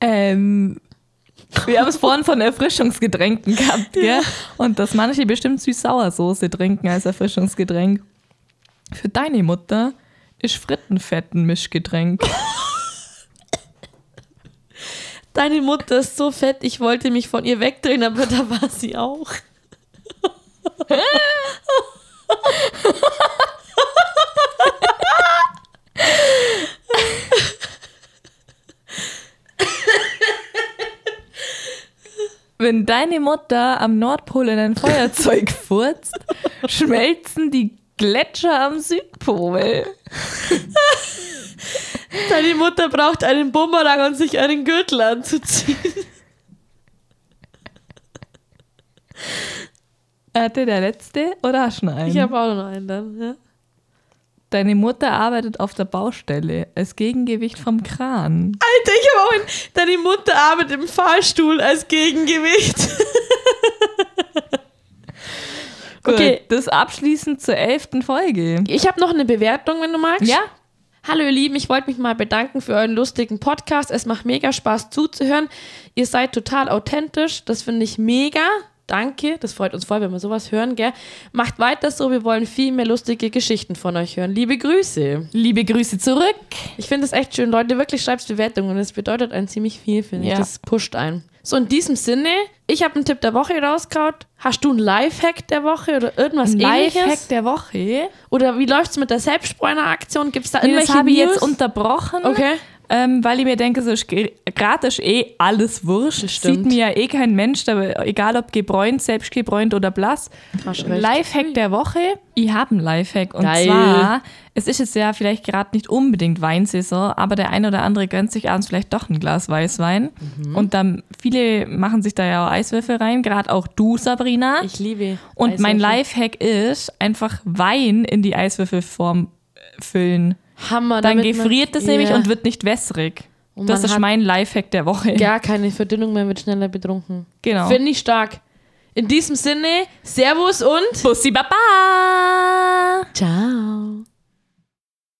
Ähm, wir haben es vorhin von Erfrischungsgetränken gehabt, gell? Und dass manche bestimmt Süß-Sauersoße trinken als Erfrischungsgetränk. Für deine Mutter ist Frittenfett ein Mischgetränk.
Deine Mutter ist so fett, ich wollte mich von ihr wegdrehen, aber da war sie auch.
Wenn deine Mutter am Nordpol in ein Feuerzeug furzt, schmelzen die Gletscher am Südpol.
Deine Mutter braucht einen Bumerang und sich einen Gürtel anzuziehen.
Hatte der letzte oder hast du noch einen?
Ich habe auch noch einen dann. Ja.
Deine Mutter arbeitet auf der Baustelle als Gegengewicht vom Kran.
Alter, ich habe auch einen. Deine Mutter arbeitet im Fahrstuhl als Gegengewicht. Okay.
Gut, das abschließend zur elften Folge.
Ich habe noch eine Bewertung, wenn du magst.
Ja?
Hallo ihr Lieben, ich wollte mich mal bedanken für euren lustigen Podcast. Es macht mega Spaß zuzuhören. Ihr seid total authentisch. Das finde ich mega. Danke, das freut uns voll, wenn wir sowas hören, gell? Macht weiter so, wir wollen viel mehr lustige Geschichten von euch hören. Liebe Grüße.
Liebe Grüße zurück.
Ich finde es echt schön, Leute, wirklich schreibt Bewertungen. Das bedeutet einen ziemlich viel, finde
Ja.
ich. Das pusht einen. So, in diesem Sinne, ich habe einen Tipp der Woche rausgehauen. Hast du einen Lifehack der Woche oder irgendwas ähnliches?
Lifehack der Woche.
Oder wie läuft's mit der Selbstbräuner-Aktion? Gibt's da
Nee,
irgendwelche
das habe ich
News?
jetzt unterbrochen,
Okay.
ähm, weil ich mir denke, so ist ge- gratis eh alles wurscht.
Das
Sieht
stimmt.
mir ja eh kein Mensch, aber egal ob gebräunt, selbst gebräunt oder blass.
Hast recht.
Lifehack der Woche. Ich habe einen Lifehack. Und
Geil.
zwar, es ist jetzt ja vielleicht gerade nicht unbedingt Weinsaison, aber der ein oder andere gönnt sich abends vielleicht doch ein Glas Weißwein.
Mhm.
Und dann, viele machen sich da ja auch Eiswürfel rein, gerade auch du, Sabrina.
Ich liebe.
und mein
Eiswürfel.
Lifehack ist, einfach Wein in die Eiswürfelform äh, füllen.
Hammer.
Dann
damit man-
gefriert es nämlich
Ja.
und wird nicht wässrig.
Und
das
man
ist
hat
mein Lifehack der Woche.
Gar keine Verdünnung mehr, wird schneller betrunken.
Genau.
Finde ich stark. In diesem Sinne, Servus und
Bussi Baba!
Ciao.